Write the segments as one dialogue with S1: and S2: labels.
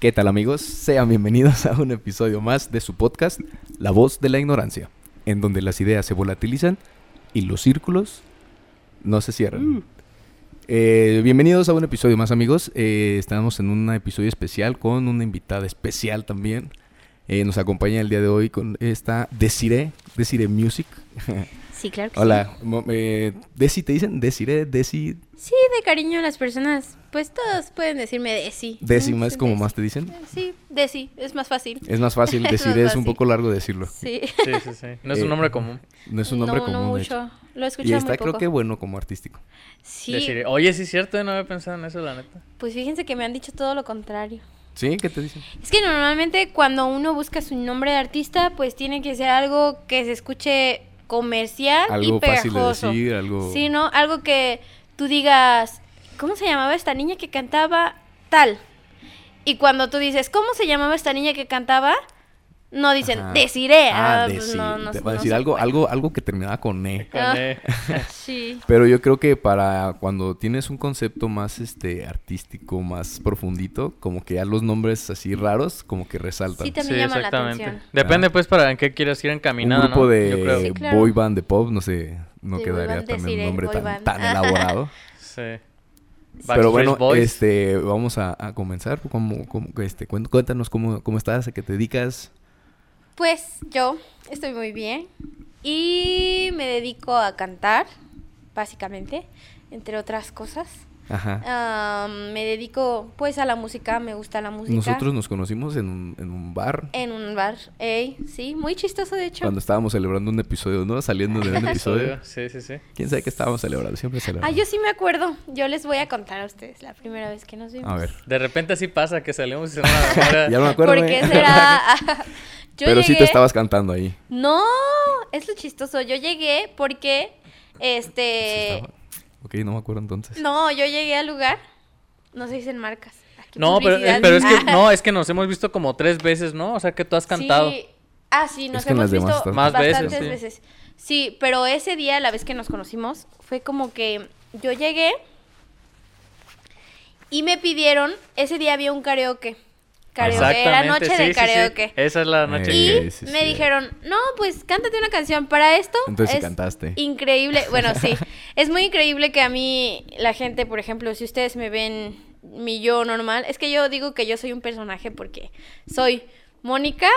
S1: ¿Qué tal amigos? Sean bienvenidos a un episodio más de su podcast, La voz de la ignorancia, en donde las ideas se volatilizan y los círculos no se cierran.
S2: Mm.
S1: Eh, bienvenidos a un episodio más amigos. Eh, estamos en un episodio especial con una invitada especial también. Eh, nos acompaña el día de hoy con esta Desiree, Desiree Music.
S2: Sí, claro que
S1: Hola, mo- eh, Desi, ¿te dicen? Desiree, Desi,
S2: sí. Sí, de cariño a las personas. Pues todos pueden decirme Desi.
S1: Décima es
S2: Sí,
S1: como
S2: Desi.
S1: más te dicen.
S2: Eh, Sí, Desi, es más fácil.
S1: Es más fácil,
S2: Es más
S1: Desiree es un
S2: fácil.
S1: poco largo decirlo.
S2: Sí.
S3: Sí, sí, sí. No es
S1: Eh,
S3: un nombre común.
S1: No es un nombre
S2: no,
S1: común.
S2: No
S1: de hecho.
S2: mucho. Lo he
S1: Y
S2: escuchado
S1: está
S2: muy poco.
S1: creo que bueno como artístico.
S2: Sí,
S3: Decir, oye, sí es cierto, eh, no había pensado en eso, la neta.
S2: pues fíjense que me han dicho todo lo contrario.
S1: ¿Sí? ¿Qué te dicen?
S2: Es que normalmente cuando uno busca su nombre de artista, pues tiene que ser algo que se escuche comercial
S1: Algo
S2: y
S1: fácil de
S2: pegajoso.
S1: decir, algo...
S2: Sí, ¿no? Algo que tú digas, ¿cómo se llamaba esta niña que cantaba tal? Y cuando tú dices, ¿cómo se llamaba esta niña que cantaba? No dicen,
S1: Ajá.
S2: deciré.
S1: Ah,
S2: Ah, pues
S1: Desi.
S2: no, no-
S1: Te va a
S2: no
S1: decir
S2: se
S1: algo,
S2: puede.
S1: algo, algo que terminaba con E.
S3: Con
S2: Ah.
S3: E.
S2: Sí.
S1: Pero yo creo que para cuando tienes un concepto más este artístico, más profundito, como que ya los nombres así raros, como que resaltan.
S2: Sí, también
S3: Sí,
S2: llama la
S3: exactamente.
S2: atención.
S3: Depende, pues, para en qué quieres ir
S1: Ah. un
S3: encaminado,
S1: grupo
S3: ¿no?
S1: de
S3: Yo creo.
S2: Sí, claro.
S1: boy band de pop, no sé, no
S2: De boy
S1: quedaría
S2: band,
S1: también
S2: Desiree,
S1: un nombre
S2: boy
S1: tan,
S2: band.
S1: tan elaborado.
S3: Sí.
S1: Pero bueno,
S3: Backstreet Boys.
S2: Ah,
S1: este, vamos a, a comenzar. ¿Cómo, cómo- este, cuen- cuéntanos cómo, cómo estás, a qué te dedicas.
S2: Pues yo estoy muy bien y me dedico a cantar, básicamente, entre otras cosas.
S1: Ajá.
S2: Ah, me dedico pues a la música, me gusta la música.
S1: Nosotros nos conocimos en un, en un bar
S2: En un bar, ey, sí, muy chistoso de hecho.
S1: cuando estábamos celebrando un episodio, ¿no? Saliendo de un episodio.
S3: Sí, sí, sí.
S1: ¿Quién sabe qué estábamos celebrando? Siempre
S2: Ah,
S1: celebramos.
S2: yo sí me acuerdo. Yo les voy a contar a ustedes la primera vez que nos vimos.
S1: A ver.
S3: De repente así pasa que salimos y una memoria.
S1: Ya no me acuerdo.
S2: ¿Por qué
S1: ¿eh?
S2: será? Yo
S1: Pero sí
S2: llegué-
S1: te estabas cantando ahí.
S2: No, es lo chistoso. Yo llegué porque,
S1: Sí
S2: este,
S1: estaba. Ok, no me acuerdo entonces.
S2: no, yo llegué al lugar. No se dicen marcas. Ah, qué
S3: No, pero, eh,
S2: publicidad.
S3: pero es que
S2: Ah,
S3: no, es que nos hemos visto como tres veces, ¿no? O sea, que tú has cantado.
S2: Sí. Ah, sí, nos
S1: que en las
S2: hemos
S1: demás
S2: visto
S1: estás
S3: Más veces,
S2: bastantes
S3: sí.
S2: veces. Sí, pero ese día, la vez que nos conocimos, fue como que yo llegué y me pidieron, ese día había un karaoke. Karaoke, era noche
S3: sí,
S2: de
S3: sí, sí.
S2: karaoke.
S3: Esa es la noche.
S1: Eh,
S3: que-
S2: Y
S1: sí,
S2: me
S1: sí.
S2: dijeron, no, pues cántate una canción para esto.
S1: Entonces sí
S2: es
S1: cantaste.
S2: Increíble, bueno, sí. es muy increíble que a mí la gente, por ejemplo, si ustedes me ven mi yo normal, es que yo digo que yo soy un personaje porque soy Mónica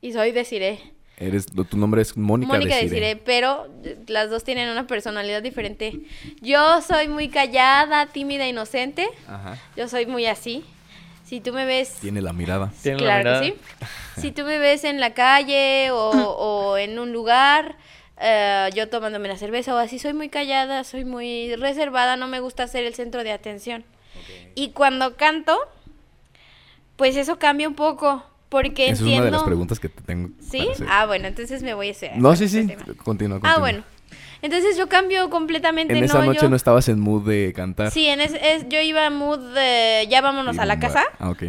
S2: y soy Desiree.
S1: Eres, tu nombre es Mónica,
S2: Mónica
S1: Desiree.
S2: Desiree, pero las dos tienen una personalidad diferente. Yo soy muy callada, tímida, inocente.
S1: Ajá.
S2: Yo soy muy así. Si tú me ves
S1: Tiene la mirada.
S3: Tiene la
S2: claro
S3: mirada.
S2: que sí. Si tú me ves en la calle o, o en un lugar, eh, yo tomándome la cerveza o así, soy muy callada, soy muy reservada, no me gusta ser el centro de atención. Y cuando canto, pues eso cambia un poco, porque
S1: Esa es
S2: entiendo...
S1: una de las preguntas que te tengo.
S2: ¿Sí?
S1: para hacer.
S2: Ah, bueno, entonces me voy a hacer.
S1: no, sí, sí.
S2: este tema.
S1: Continúa, continúa.
S2: Ah, bueno. Entonces yo cambio completamente.
S1: En esa noche
S2: yo...
S1: no estabas en mood de cantar.
S2: Sí, en es, es- yo iba a mood de ya vámonos a la
S1: Y-
S2: casa.
S1: Ah, ok.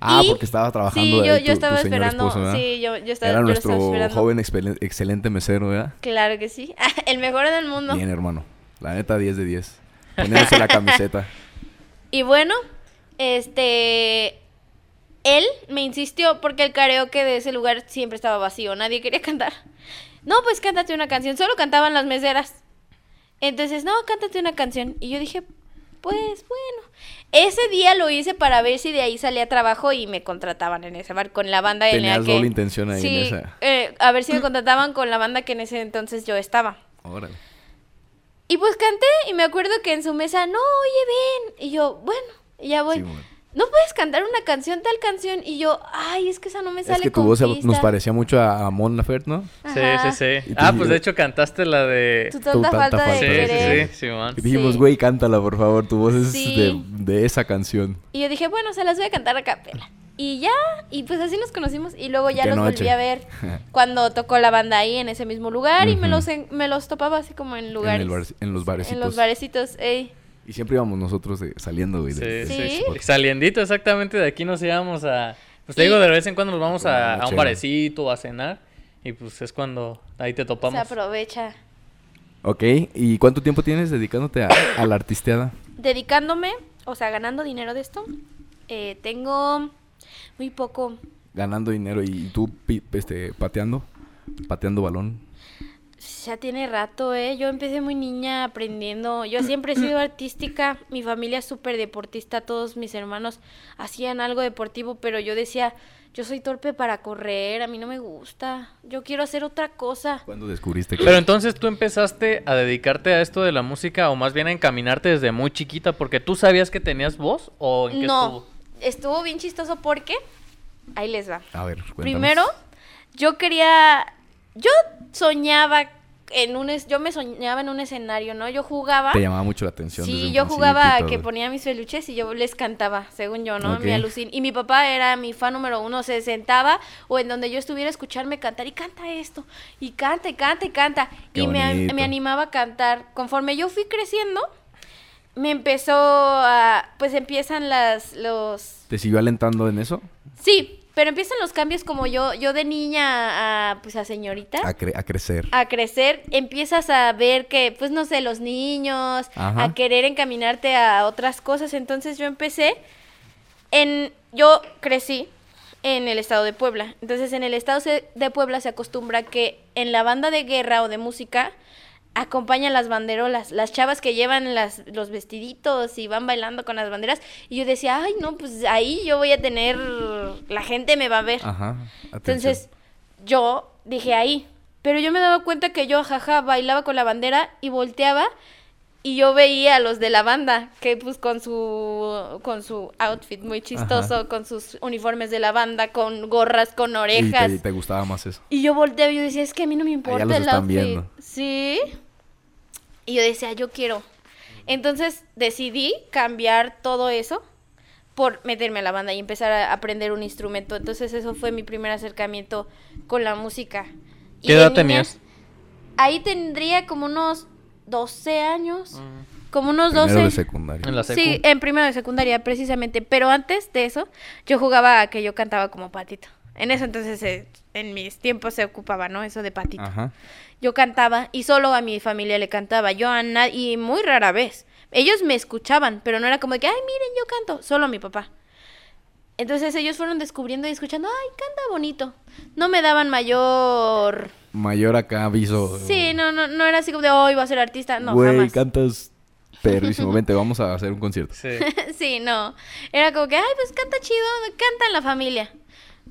S1: Ah,
S2: Y-
S1: porque estaba trabajando.
S2: Sí,
S1: ahí
S2: yo,
S1: tu-
S2: yo
S1: tu
S2: estaba
S1: señor
S2: esperando.
S1: esposo, ¿verdad?
S2: sí, yo, yo estaba,
S1: Era
S2: yo lo
S1: nuestro
S2: estaba esperando.
S1: joven expele- excelente mesero, ¿verdad?
S2: Claro que sí. El mejor del mundo.
S1: Bien, hermano. La neta, 10 de 10. Poniéndose la camiseta.
S2: Y bueno, este. Él me insistió porque el karaoke de ese lugar siempre estaba vacío. Nadie quería cantar. No, pues cántate una canción. Solo cantaban las meseras. Entonces, no, cántate una canción. Y yo dije, pues bueno. Ese día lo hice para ver si de ahí salía trabajo y me contrataban en ese bar con la banda en la
S1: Tenías
S2: que.
S1: doble intención ahí en
S2: Sí,
S1: esa.
S2: eh, a ver si me contrataban con la banda que en ese entonces yo estaba.
S1: Órale.
S2: Y pues canté y me acuerdo que en su mesa, no, oye, ven. Y yo, bueno, y ya voy.
S1: Sí, bueno.
S2: no puedes cantar una canción, tal canción. Y yo, ay, es que esa no me sale.
S1: Es que tu
S2: con
S1: voz se-
S2: pista".
S1: nos parecía mucho a, a Mon Laferte, ¿no?
S3: Sí,
S2: Ajá.
S3: sí, sí.
S1: Y
S3: Ah,
S1: tú-
S3: pues de hecho cantaste la de.
S2: Tu
S1: Tu
S2: tanta
S1: tanta
S2: falta de
S1: falta
S3: Sí,
S1: de
S2: querer.
S3: sí,
S1: querer.
S3: sí, Simón.
S1: Y dijimos,
S2: Sí.
S1: güey, cántala, por favor. Tu voz es
S2: Sí.
S1: de, de esa canción.
S2: Y yo dije, bueno, se las voy a cantar a capela. Y ya, y pues así nos conocimos. Y luego Pues ya
S1: Qué
S2: los volví
S1: noche.
S2: a ver cuando tocó la banda ahí en ese mismo lugar. Y me
S1: Ujú.
S2: los, en- me los topaba así como en
S1: En,
S2: lugares.
S1: el bar- en los barecitos.
S2: En los barecitos, ey.
S1: Y siempre íbamos nosotros de- saliendo, güey.
S3: Sí,
S1: de- de-
S3: sí,
S1: de-
S2: Sí.
S3: sí. Saliendito exactamente de aquí nos íbamos a... Pues te
S2: Y-
S3: digo, de vez en cuando nos vamos a,
S1: Una
S3: a un
S1: chela.
S3: barecito o a cenar y pues es cuando ahí te
S2: Se
S3: topamos.
S2: aprovecha.
S1: Ok, ¿y cuánto tiempo tienes dedicándote a, a la artisteada?
S2: Dedicándome, o sea, ganando dinero de esto, eh, tengo Muy poco.
S1: ganando dinero y tú pi- este, pateando, pateando balón.
S2: Ya tiene rato, ¿eh? Yo empecé muy niña aprendiendo. Yo siempre he sido artística. Mi familia es súper deportista. Todos mis hermanos hacían algo deportivo, pero yo decía, yo soy torpe para correr. A mí no me gusta. Yo quiero hacer otra cosa.
S1: ¿Cuándo descubriste que
S3: Pero entonces tú empezaste a dedicarte a esto de la música o más bien a encaminarte desde muy chiquita porque tú sabías que tenías voz o en qué
S2: No,
S3: estuvo?
S2: estuvo bien chistoso porque... Ahí les va.
S3: Ah,
S1: A ver, cuéntanos.
S2: Primero, yo quería. Yo soñaba en un. es- Yo me soñaba en un escenario, ¿no? Yo jugaba.
S1: te llamaba mucho la atención. desde
S2: Sí,
S1: un
S2: yo jugaba a
S1: principio y
S2: que
S1: todo.
S2: ponía mis peluches y yo les cantaba, según yo, ¿no? Mi
S1: Ok.
S2: alucin. Y mi papá era mi fan número uno, se sentaba o en donde yo estuviera a escucharme cantar y canta esto, y canta, y canta, y canta.
S1: Qué
S2: y me, a-
S1: bonito.
S2: me animaba a cantar. Conforme yo fui creciendo, me empezó a. Pues empiezan las. los
S1: ¿Te siguió alentando en eso?
S2: Sí, pero empiezan los cambios como yo, yo de niña a, pues a señorita.
S1: A, cre- a crecer.
S2: A crecer, empiezas a ver que, pues no sé, los niños,
S1: Ajá.
S2: a querer encaminarte a otras cosas. Entonces yo empecé en, yo crecí en el estado de Puebla. Entonces en el estado se- de Puebla se acostumbra que en la banda de guerra o de música acompañan las banderolas, las chavas que llevan las, los vestiditos y van bailando con las banderas. Y yo decía, ay no, pues ahí yo voy a tener, la gente me va a ver.
S1: Ajá. atención.
S2: Entonces, yo dije ahí. Pero yo me daba cuenta que yo, jaja, bailaba con la bandera y volteaba. Y yo veía a los de la banda, que pues con su, con su outfit muy chistoso,
S1: Ajá.
S2: con sus uniformes de la banda, con gorras, con
S1: Y
S2: orejas.
S1: te,
S2: Y,
S1: te gustaba más eso.
S2: yo volteaba y yo decía, es que a mí no me importa
S1: los
S2: el
S1: están
S2: outfit.
S1: viendo.
S2: Sí. Y yo decía, yo quiero. Entonces decidí cambiar todo eso por meterme a la banda y empezar a aprender un instrumento. Entonces eso fue mi primer acercamiento con la música. Y
S3: ¿Qué
S2: de
S3: edad
S2: niña,
S3: tenías?
S2: Ahí tendría como unos 12 años.
S3: Mm,
S2: Como unos
S1: Primero de
S2: 12.
S1: secundaria.
S3: En la secu.
S2: Sí, en primero de secundaria precisamente. Pero antes de eso, yo jugaba a que yo cantaba como patito. En eso entonces, eh, en mis tiempos se ocupaba, ¿no? Eso de patito.
S3: Ah.
S1: Ajá.
S2: Yo cantaba y solo a mi familia le cantaba. Yo a nadie, y muy rara vez. Ellos me escuchaban, pero no era como de que, ay, miren, yo canto. Solo a mi papá. Entonces ellos fueron descubriendo y escuchando, ay, canta bonito. No me daban mayor.
S1: Mayor acá aviso.
S2: Sí, no, no, no era así como de, oh, iba a ser artista. No,
S1: Güey,
S2: jamás.
S1: cantas perrísimo. Vente, vamos a hacer un concierto.
S3: Sí.
S2: sí, no. Era como que, ay, pues canta chido, canta en la familia.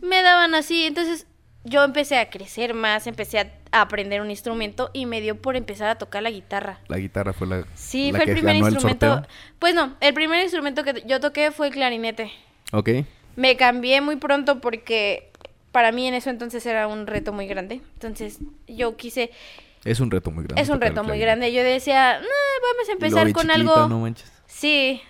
S2: Me daban así, entonces yo empecé a crecer más, empecé a a aprender un instrumento y me dio por empezar a tocar la guitarra.
S1: La guitarra fue la,
S2: Sí,
S1: la
S2: fue el
S1: que
S2: primer
S1: ganó
S2: instrumento.
S1: el sorteo.
S2: pues no, el primer instrumento que yo toqué fue el clarinete.
S1: Ok.
S2: Me cambié muy pronto porque para mí en eso entonces era un reto muy grande. Entonces yo quise,
S1: Es un reto muy grande.
S2: es un
S1: tocar el
S2: reto muy
S1: clarinete.
S2: grande. Yo decía, "No, vamos a
S1: Y luego
S2: empezar
S1: de
S2: con
S1: chiquita,
S2: algo.
S1: No manches.
S2: Sí.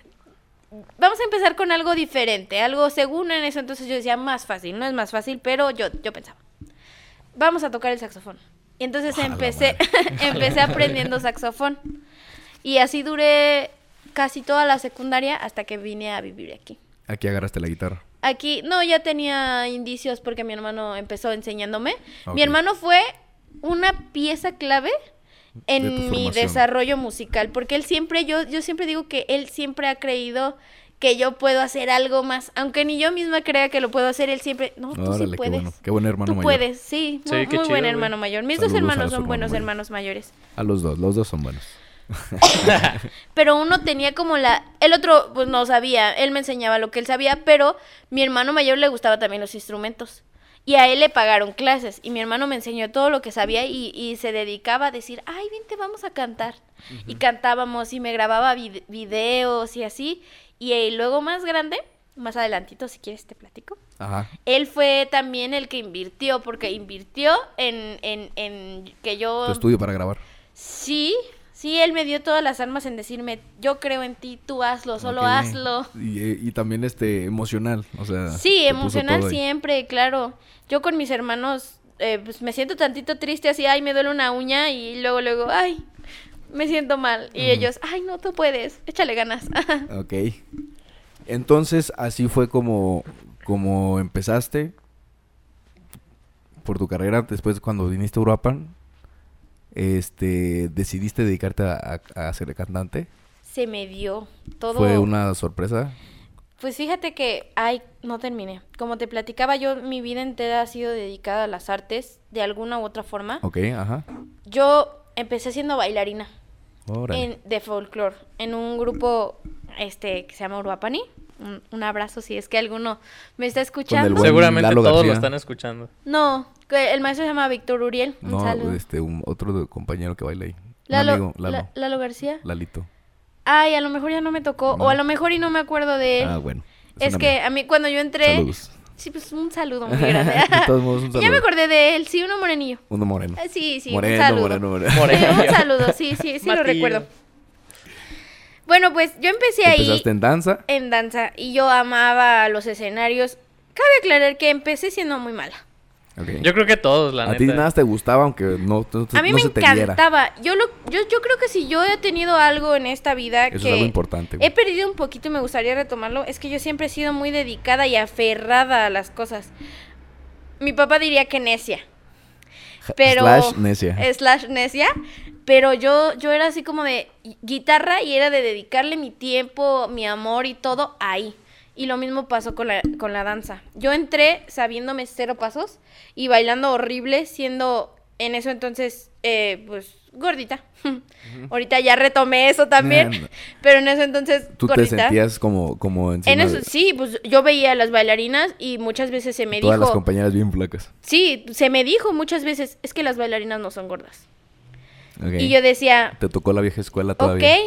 S2: Vamos a empezar con algo diferente, algo según en eso. Entonces yo decía, más fácil, no es más fácil, pero yo, yo pensaba, vamos a tocar el saxofón. Y entonces
S1: A la
S2: empecé, empecé aprendiendo saxofón. Y así duré casi toda la secundaria hasta que vine a vivir aquí.
S1: Aquí agarraste la guitarra.
S2: Aquí, no, ya tenía indicios porque mi hermano empezó enseñándome.
S1: Ok.
S2: Mi hermano fue una pieza clave
S1: De tu
S2: en mi
S1: formación.
S2: desarrollo musical, porque él siempre, yo, yo siempre digo que él siempre ha creído que yo puedo hacer algo más, aunque ni yo misma crea que lo puedo hacer, él siempre, no, tú
S1: Órale,
S2: sí
S1: qué
S2: puedes.
S1: bueno. Qué buen hermano
S2: Tú
S1: mayor.
S2: puedes, sí,
S3: Sí,
S2: muy,
S3: qué
S2: muy
S3: chido,
S2: buen
S3: güey.
S2: hermano mayor. Mis
S1: Saludos
S2: dos
S1: a
S2: hermanos
S1: los
S2: son
S1: hermanos mayores.
S2: buenos hermanos mayores.
S1: A los dos, los dos son buenos.
S2: Pero uno tenía como la... El otro, pues no sabía, él me enseñaba lo que él sabía, pero mi hermano mayor le gustaba también los instrumentos. Y a él le pagaron clases. Y mi hermano me enseñó todo lo que sabía y, y se dedicaba a decir, ay, vente, vamos a cantar. Y cantábamos y me grababa vid- videos y así. Y, eh, luego más grande, más adelantito, si quieres te platico.
S1: Ajá.
S2: Él fue también el que invirtió, porque invirtió en, en, en que yo...
S1: Pues, Tu estudio para grabar.
S2: Sí, sí, él me dio todas las armas en decirme, yo creo en ti, tú hazlo, solo
S1: Ok.
S2: hazlo.
S1: Y, eh, y también este emocional, o sea.
S2: Sí,
S1: Ah, te puso
S2: emocional
S1: todo ahí.
S2: siempre, claro. Yo con mis hermanos, eh, pues me siento tantito triste así, ay, me duele una uña y luego, luego, ay, me siento mal. Y
S1: Ujú.
S2: ellos, ay, no, tú puedes, échale ganas.
S1: Ok. Entonces, así fue como, como empezaste por tu carrera. Después, cuando viniste a Europa, este, decidiste dedicarte a, a- a ser cantante.
S2: Se me dio todo.
S1: Fue una sorpresa.
S2: Pues fíjate que, ay, no terminé. Como te platicaba, yo mi vida entera ha sido dedicada a las artes, de alguna u otra forma.
S1: Ok, ajá.
S2: Yo empecé siendo bailarina
S1: Órale.
S2: en- de folclore en un grupo este que se llama Uruapani. Un, un abrazo si es que alguno me está escuchando.
S1: buen
S3: Seguramente
S1: Lalo
S3: todos lo
S1: García.
S3: están escuchando.
S2: No, que el maestro se llama Víctor Uriel. Un
S1: No,
S2: saludo.
S1: este, un, otro de- compañero que baila ahí. Un
S2: Lalo,
S1: amigo, Lalo.
S2: La- Lalo García.
S1: Lalito.
S2: Ay, a lo mejor ya no me tocó.
S1: No.
S2: O a lo mejor y no me acuerdo de él.
S1: Ah, bueno.
S2: es
S1: un
S2: que
S1: amigo.
S2: a mí cuando yo entré.
S1: Saludos.
S2: Sí, pues un saludo muy grande.
S1: de todos modos, un
S2: Ya me
S1: saludo.
S2: acordé de él, sí, uno morenillo.
S1: Uno moreno.
S2: Ah, Sí, sí, un
S1: moreno,
S2: saludo.
S1: moreno, moreno.
S3: More-
S2: Sí, un
S3: Moreno.
S2: saludo, sí, sí, sí lo
S3: Matilda.
S2: recuerdo. Bueno, pues yo empecé ahí
S1: Empezaste en danza.
S2: en danza y yo amaba los escenarios. Cabe aclarar que empecé siendo muy mala.
S1: Ok.
S3: Yo creo que todos, la
S1: a
S3: neta.
S1: ti nada más te gustaba, aunque no, no te-
S2: A mí
S1: no
S2: me
S1: se te diera.
S2: encantaba. Yo, lo, yo, yo creo que si yo he tenido algo en esta vida
S1: Eso
S2: que
S1: es algo importante. güey.
S2: he perdido un poquito y me gustaría retomarlo, es que yo siempre he sido muy dedicada y aferrada a las cosas. Mi papá diría que necia. Pero
S1: Slash necia.
S2: slash necia. Pero yo, yo era así como de guitarra y era de dedicarle mi tiempo, mi amor y todo ahí. Y lo mismo pasó con la, con la danza. Yo entré sabiéndome cero pasos y bailando horrible, siendo en eso entonces, eh, pues, gordita. Ahorita ya retomé eso también.
S1: Anda.
S2: pero en eso entonces,
S1: Tú te
S2: gordita.
S1: sentías como, como encima
S2: en eso,
S1: de
S2: sí, pues yo veía a las bailarinas y muchas veces se me
S1: todas las
S2: dijo.
S1: compañeras bien flacas.
S2: Sí, se me dijo muchas veces, es que las bailarinas no son gordas.
S1: Ok.
S2: Y yo decía,
S1: Te tocó la vieja escuela
S2: ok.
S1: todavía.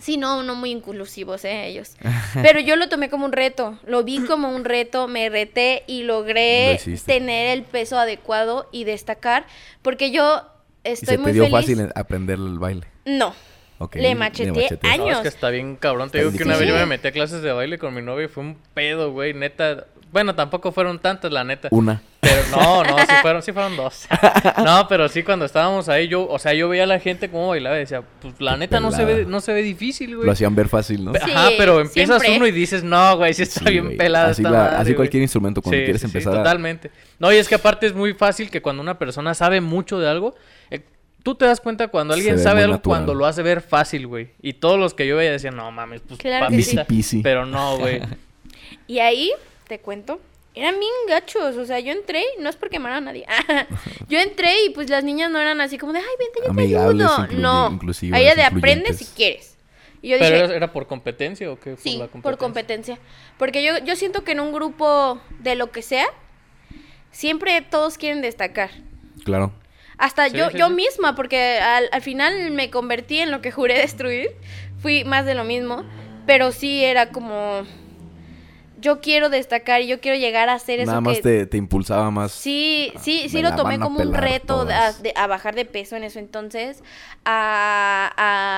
S2: Sí, no, no muy inclusivos, eh, ellos. Pero yo lo tomé como un reto, lo vi como un reto, me reté y
S1: Lo
S2: logré
S1: hiciste.
S2: tener el peso adecuado y destacar, porque yo
S1: Y
S2: estoy
S1: se te
S2: muy
S1: dio
S2: feliz.
S1: fácil en- aprender el baile.
S2: No,
S1: Ok,
S2: Le macheteé
S1: macheteas.
S2: años.
S3: No, es que está bien cabrón. Te
S1: Está
S3: digo que una vez yo
S1: difícil.
S3: me metí a clases de baile con mi novia y fue un pedo, güey. Neta. Bueno, tampoco fueron tantas, la neta.
S1: Una.
S3: Pero no, no, sí fueron, sí fueron dos. No, pero sí cuando estábamos ahí, yo, o sea, yo veía a la gente cómo bailaba y decía, pues la neta no se ve,
S1: pelada.
S3: no se ve difícil, güey.
S1: Lo hacían ver fácil, ¿no?
S3: Pe- Ajá,
S2: Sí,
S3: pero empiezas
S2: siempre.
S3: uno y dices, no, güey, sí está
S1: Sí,
S3: bien
S1: güey.
S3: pelada
S1: Así,
S3: esta
S1: la-
S3: madre,
S1: así
S3: güey".
S1: cualquier instrumento cuando
S3: Sí,
S1: quieres
S3: sí, sí,
S1: empezar. a-
S3: totalmente. No, y es que aparte es muy fácil que cuando una persona sabe mucho de algo, eh, tú te das cuenta cuando
S1: Se
S3: alguien
S1: ve
S3: sabe
S1: muy
S3: algo
S1: natural.
S3: cuando lo hace ver fácil, güey. Y todos los que yo veía decían, no mames, pues
S2: Claro que
S3: papita".
S1: Easy peasy.
S3: Pero no, güey.
S2: y ahí, te cuento, eran bien gachos, o sea, yo entré, no es por quemar a nadie, yo entré y pues las niñas no eran así como de, ay, vente, yo te
S1: Amigables,
S2: ayudo.
S1: incluye-
S2: No,
S1: inclusivas,
S2: ahí era de aprende
S1: incluyentes.
S2: si quieres. Y yo
S3: ¿Pero
S2: dije,
S3: era, era por competencia o qué?
S2: Sí, por competencia. Porque yo, yo siento que en un grupo de lo que sea, siempre todos quieren destacar.
S1: Claro.
S2: Hasta
S3: Sí,
S2: yo,
S3: sí,
S2: yo
S3: sí.
S2: misma, porque al, al final me convertí en lo que juré destruir. Fui más de lo mismo. Pero sí era como. Yo quiero destacar y yo quiero llegar a hacer
S1: Nada
S2: eso
S1: más
S2: que.
S1: te, te impulsaba más.
S2: Sí, sí,
S1: me
S2: sí lo
S1: la
S2: tomé
S1: van a
S2: como un
S1: pelar
S2: reto de- a,
S1: todas.
S2: de- a bajar de peso en eso entonces, a,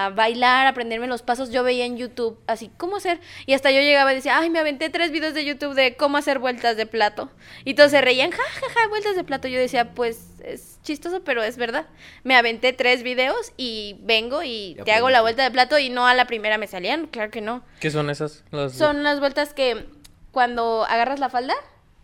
S2: a bailar, aprenderme los pasos. Yo veía en YouTube así, ¿cómo hacer? Y hasta yo llegaba y decía, ay, me aventé tres videos de YouTube de cómo hacer vueltas de plato. Y todos se reían, ja, ja, ja, vueltas de plato. Yo decía, pues es chistoso, pero es verdad. Me aventé tres videos y vengo y
S1: Ya
S2: te hago la
S1: aprendiste.
S2: vuelta de plato y no a la primera me salían, claro que no.
S3: ¿Qué son esas? Las-
S2: Son las vueltas que cuando agarras la falda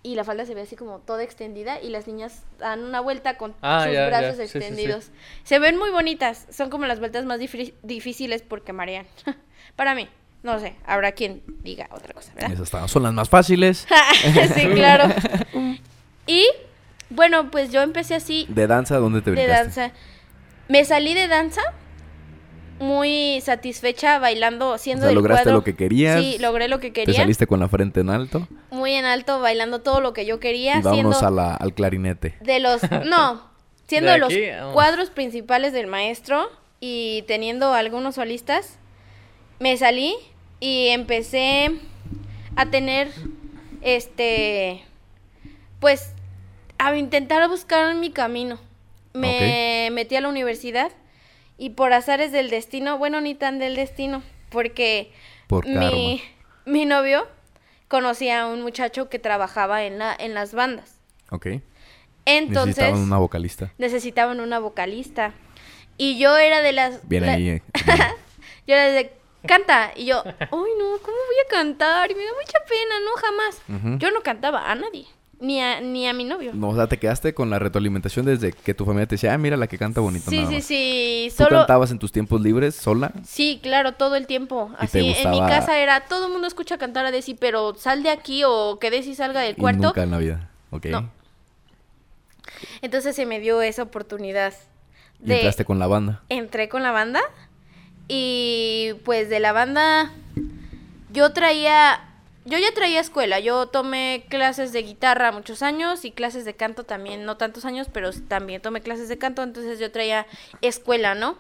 S2: y la falda se ve así como toda extendida y las niñas dan una vuelta con
S3: Ah,
S2: sus
S3: ya, ya.
S2: brazos
S3: Sí, sí, sí.
S2: extendidos. Se ven muy bonitas, son como las vueltas más difri- difíciles porque marean. Para mí, no sé, habrá quien diga otra cosa, ¿verdad?
S1: Esas estaban- son las más fáciles.
S2: sí, claro. Y bueno, pues yo empecé así
S1: ¿De danza dónde te
S2: de
S1: brincaste?
S2: danza. Me salí de danza muy satisfecha bailando, siendo del
S1: lograste
S2: cuadro.
S1: lo que querías,
S2: Sí, logré lo que
S1: Te
S2: quería
S1: saliste con la frente en alto
S2: muy en alto bailando todo lo que yo quería,
S1: y vámonos
S2: siendo
S1: a la- al clarinete.
S2: de los no, siendo
S3: De
S2: de los
S3: aquí,
S1: Ah.
S3: vamos.
S2: cuadros principales del maestro y teniendo algunos solistas, me salí y empecé a tener este pues a intentar buscar mi camino. Me metí a la universidad y por azares del destino, bueno, ni tan del destino, porque
S1: Por karma.
S2: mi, mi novio conocía a un muchacho que trabajaba en, la, en las bandas.
S1: Ok.
S2: Entonces
S1: Necesitaban una vocalista.
S2: necesitaban una vocalista. Y yo era de las...
S1: Bien
S2: la-
S1: ahí. eh.
S2: Yo era de... Canta. Y yo, ay no, ¿cómo voy a cantar? Y me da mucha pena, no, jamás.
S1: Ujú.
S2: Yo no cantaba a nadie. Ni a, ni a mi novio.
S1: No, o sea, te quedaste con la retroalimentación desde que tu familia te decía, ah, mira la que canta bonito.
S2: sí,
S1: nada
S2: sí,
S1: más.
S2: sí.
S1: ¿Tú
S2: Solo.
S1: cantabas en tus tiempos libres sola?
S2: Sí, claro, todo el tiempo.
S1: ¿Y
S2: Así,
S1: te
S2: en mi
S1: gustaba-
S2: casa era, todo el mundo escucha cantar a Desi, pero sal de aquí o que Desi salga del
S1: Y
S2: cuarto.
S1: nunca en la vida. Ok.
S2: No. Entonces se me dio esa oportunidad.
S1: Y entraste con la banda.
S2: entré con la banda y pues de la banda yo traía, yo ya traía escuela, yo tomé clases de guitarra muchos años y clases de canto también, no tantos años, pero también tomé clases de canto, entonces yo traía escuela, ¿no?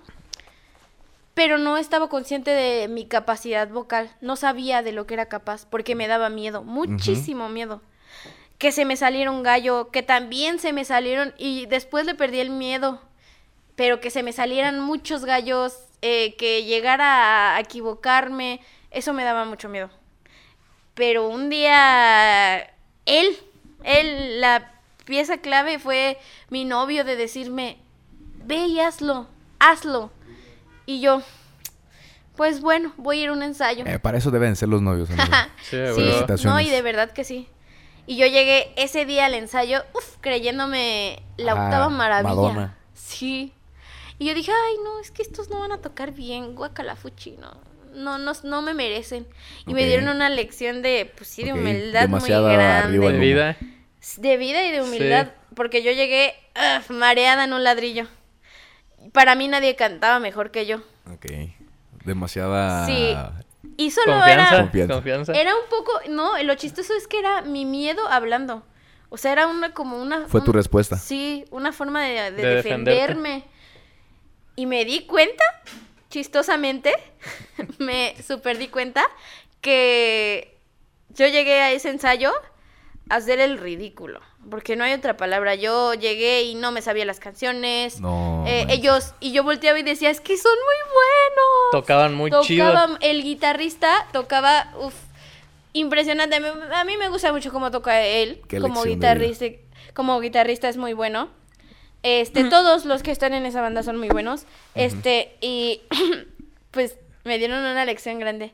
S2: Pero no estaba consciente de mi capacidad vocal, no sabía de lo que era capaz, porque me daba miedo, muchísimo miedo que se me salieron gallo, que también se me salieron y después le perdí el miedo, pero que se me salieran muchos gallos, eh, que llegara a equivocarme, eso me daba mucho miedo. Pero un día él, él, la pieza clave fue mi novio de decirme, ve y hazlo, hazlo. Y yo, pues bueno, voy a ir a un ensayo.
S1: Eh, para eso deben ser los novios. amigo.
S3: Sí,
S2: Sí,
S3: ¿verdad?
S1: Felicitaciones.
S2: no, y de verdad que sí. Y yo llegué ese día al ensayo, uff, creyéndome la
S1: Ah,
S2: octava maravilla.
S1: Madonna.
S2: Sí. Y yo dije, ay, no, es que estos no van a tocar bien, guacalafuchi, no. No, no, no me merecen. Y me
S1: Ok.
S2: dieron una lección de, pues sí, de
S1: Ok,
S2: humildad
S1: demasiada
S2: muy grande.
S1: arriba
S3: De
S1: el
S3: vida.
S2: De vida y de
S3: Sí.
S2: humildad, porque yo llegué uf, mareada en un ladrillo. Para mí nadie cantaba mejor que yo.
S1: Ok. Demasiada.
S2: Sí. Y solo era...
S3: Confianza,
S1: Confianza.
S3: confianza.
S2: Era un poco, no, lo chistoso es que era mi miedo hablando. O sea, era una como una...
S1: Fue tu
S2: un-
S1: respuesta.
S2: Sí, una forma de, de
S3: De defenderte.
S2: defenderme. Y me di cuenta, chistosamente, me super di cuenta que yo llegué a ese ensayo a hacer el ridículo. Porque no hay otra palabra. Yo llegué y no me sabía las canciones.
S1: No.
S2: eh,
S1: manches.
S2: ellos, y yo volteaba y decía, es que son muy buenos
S3: Tocaban muy
S2: tocaba
S3: chido.
S2: el guitarrista tocaba uf, impresionante a mí, a mí me gusta mucho cómo toca él
S1: Qué
S2: como
S1: lección de vida.
S2: guitarrista como guitarrista es muy bueno este todos los que están en esa banda son muy buenos este y pues me dieron una lección grande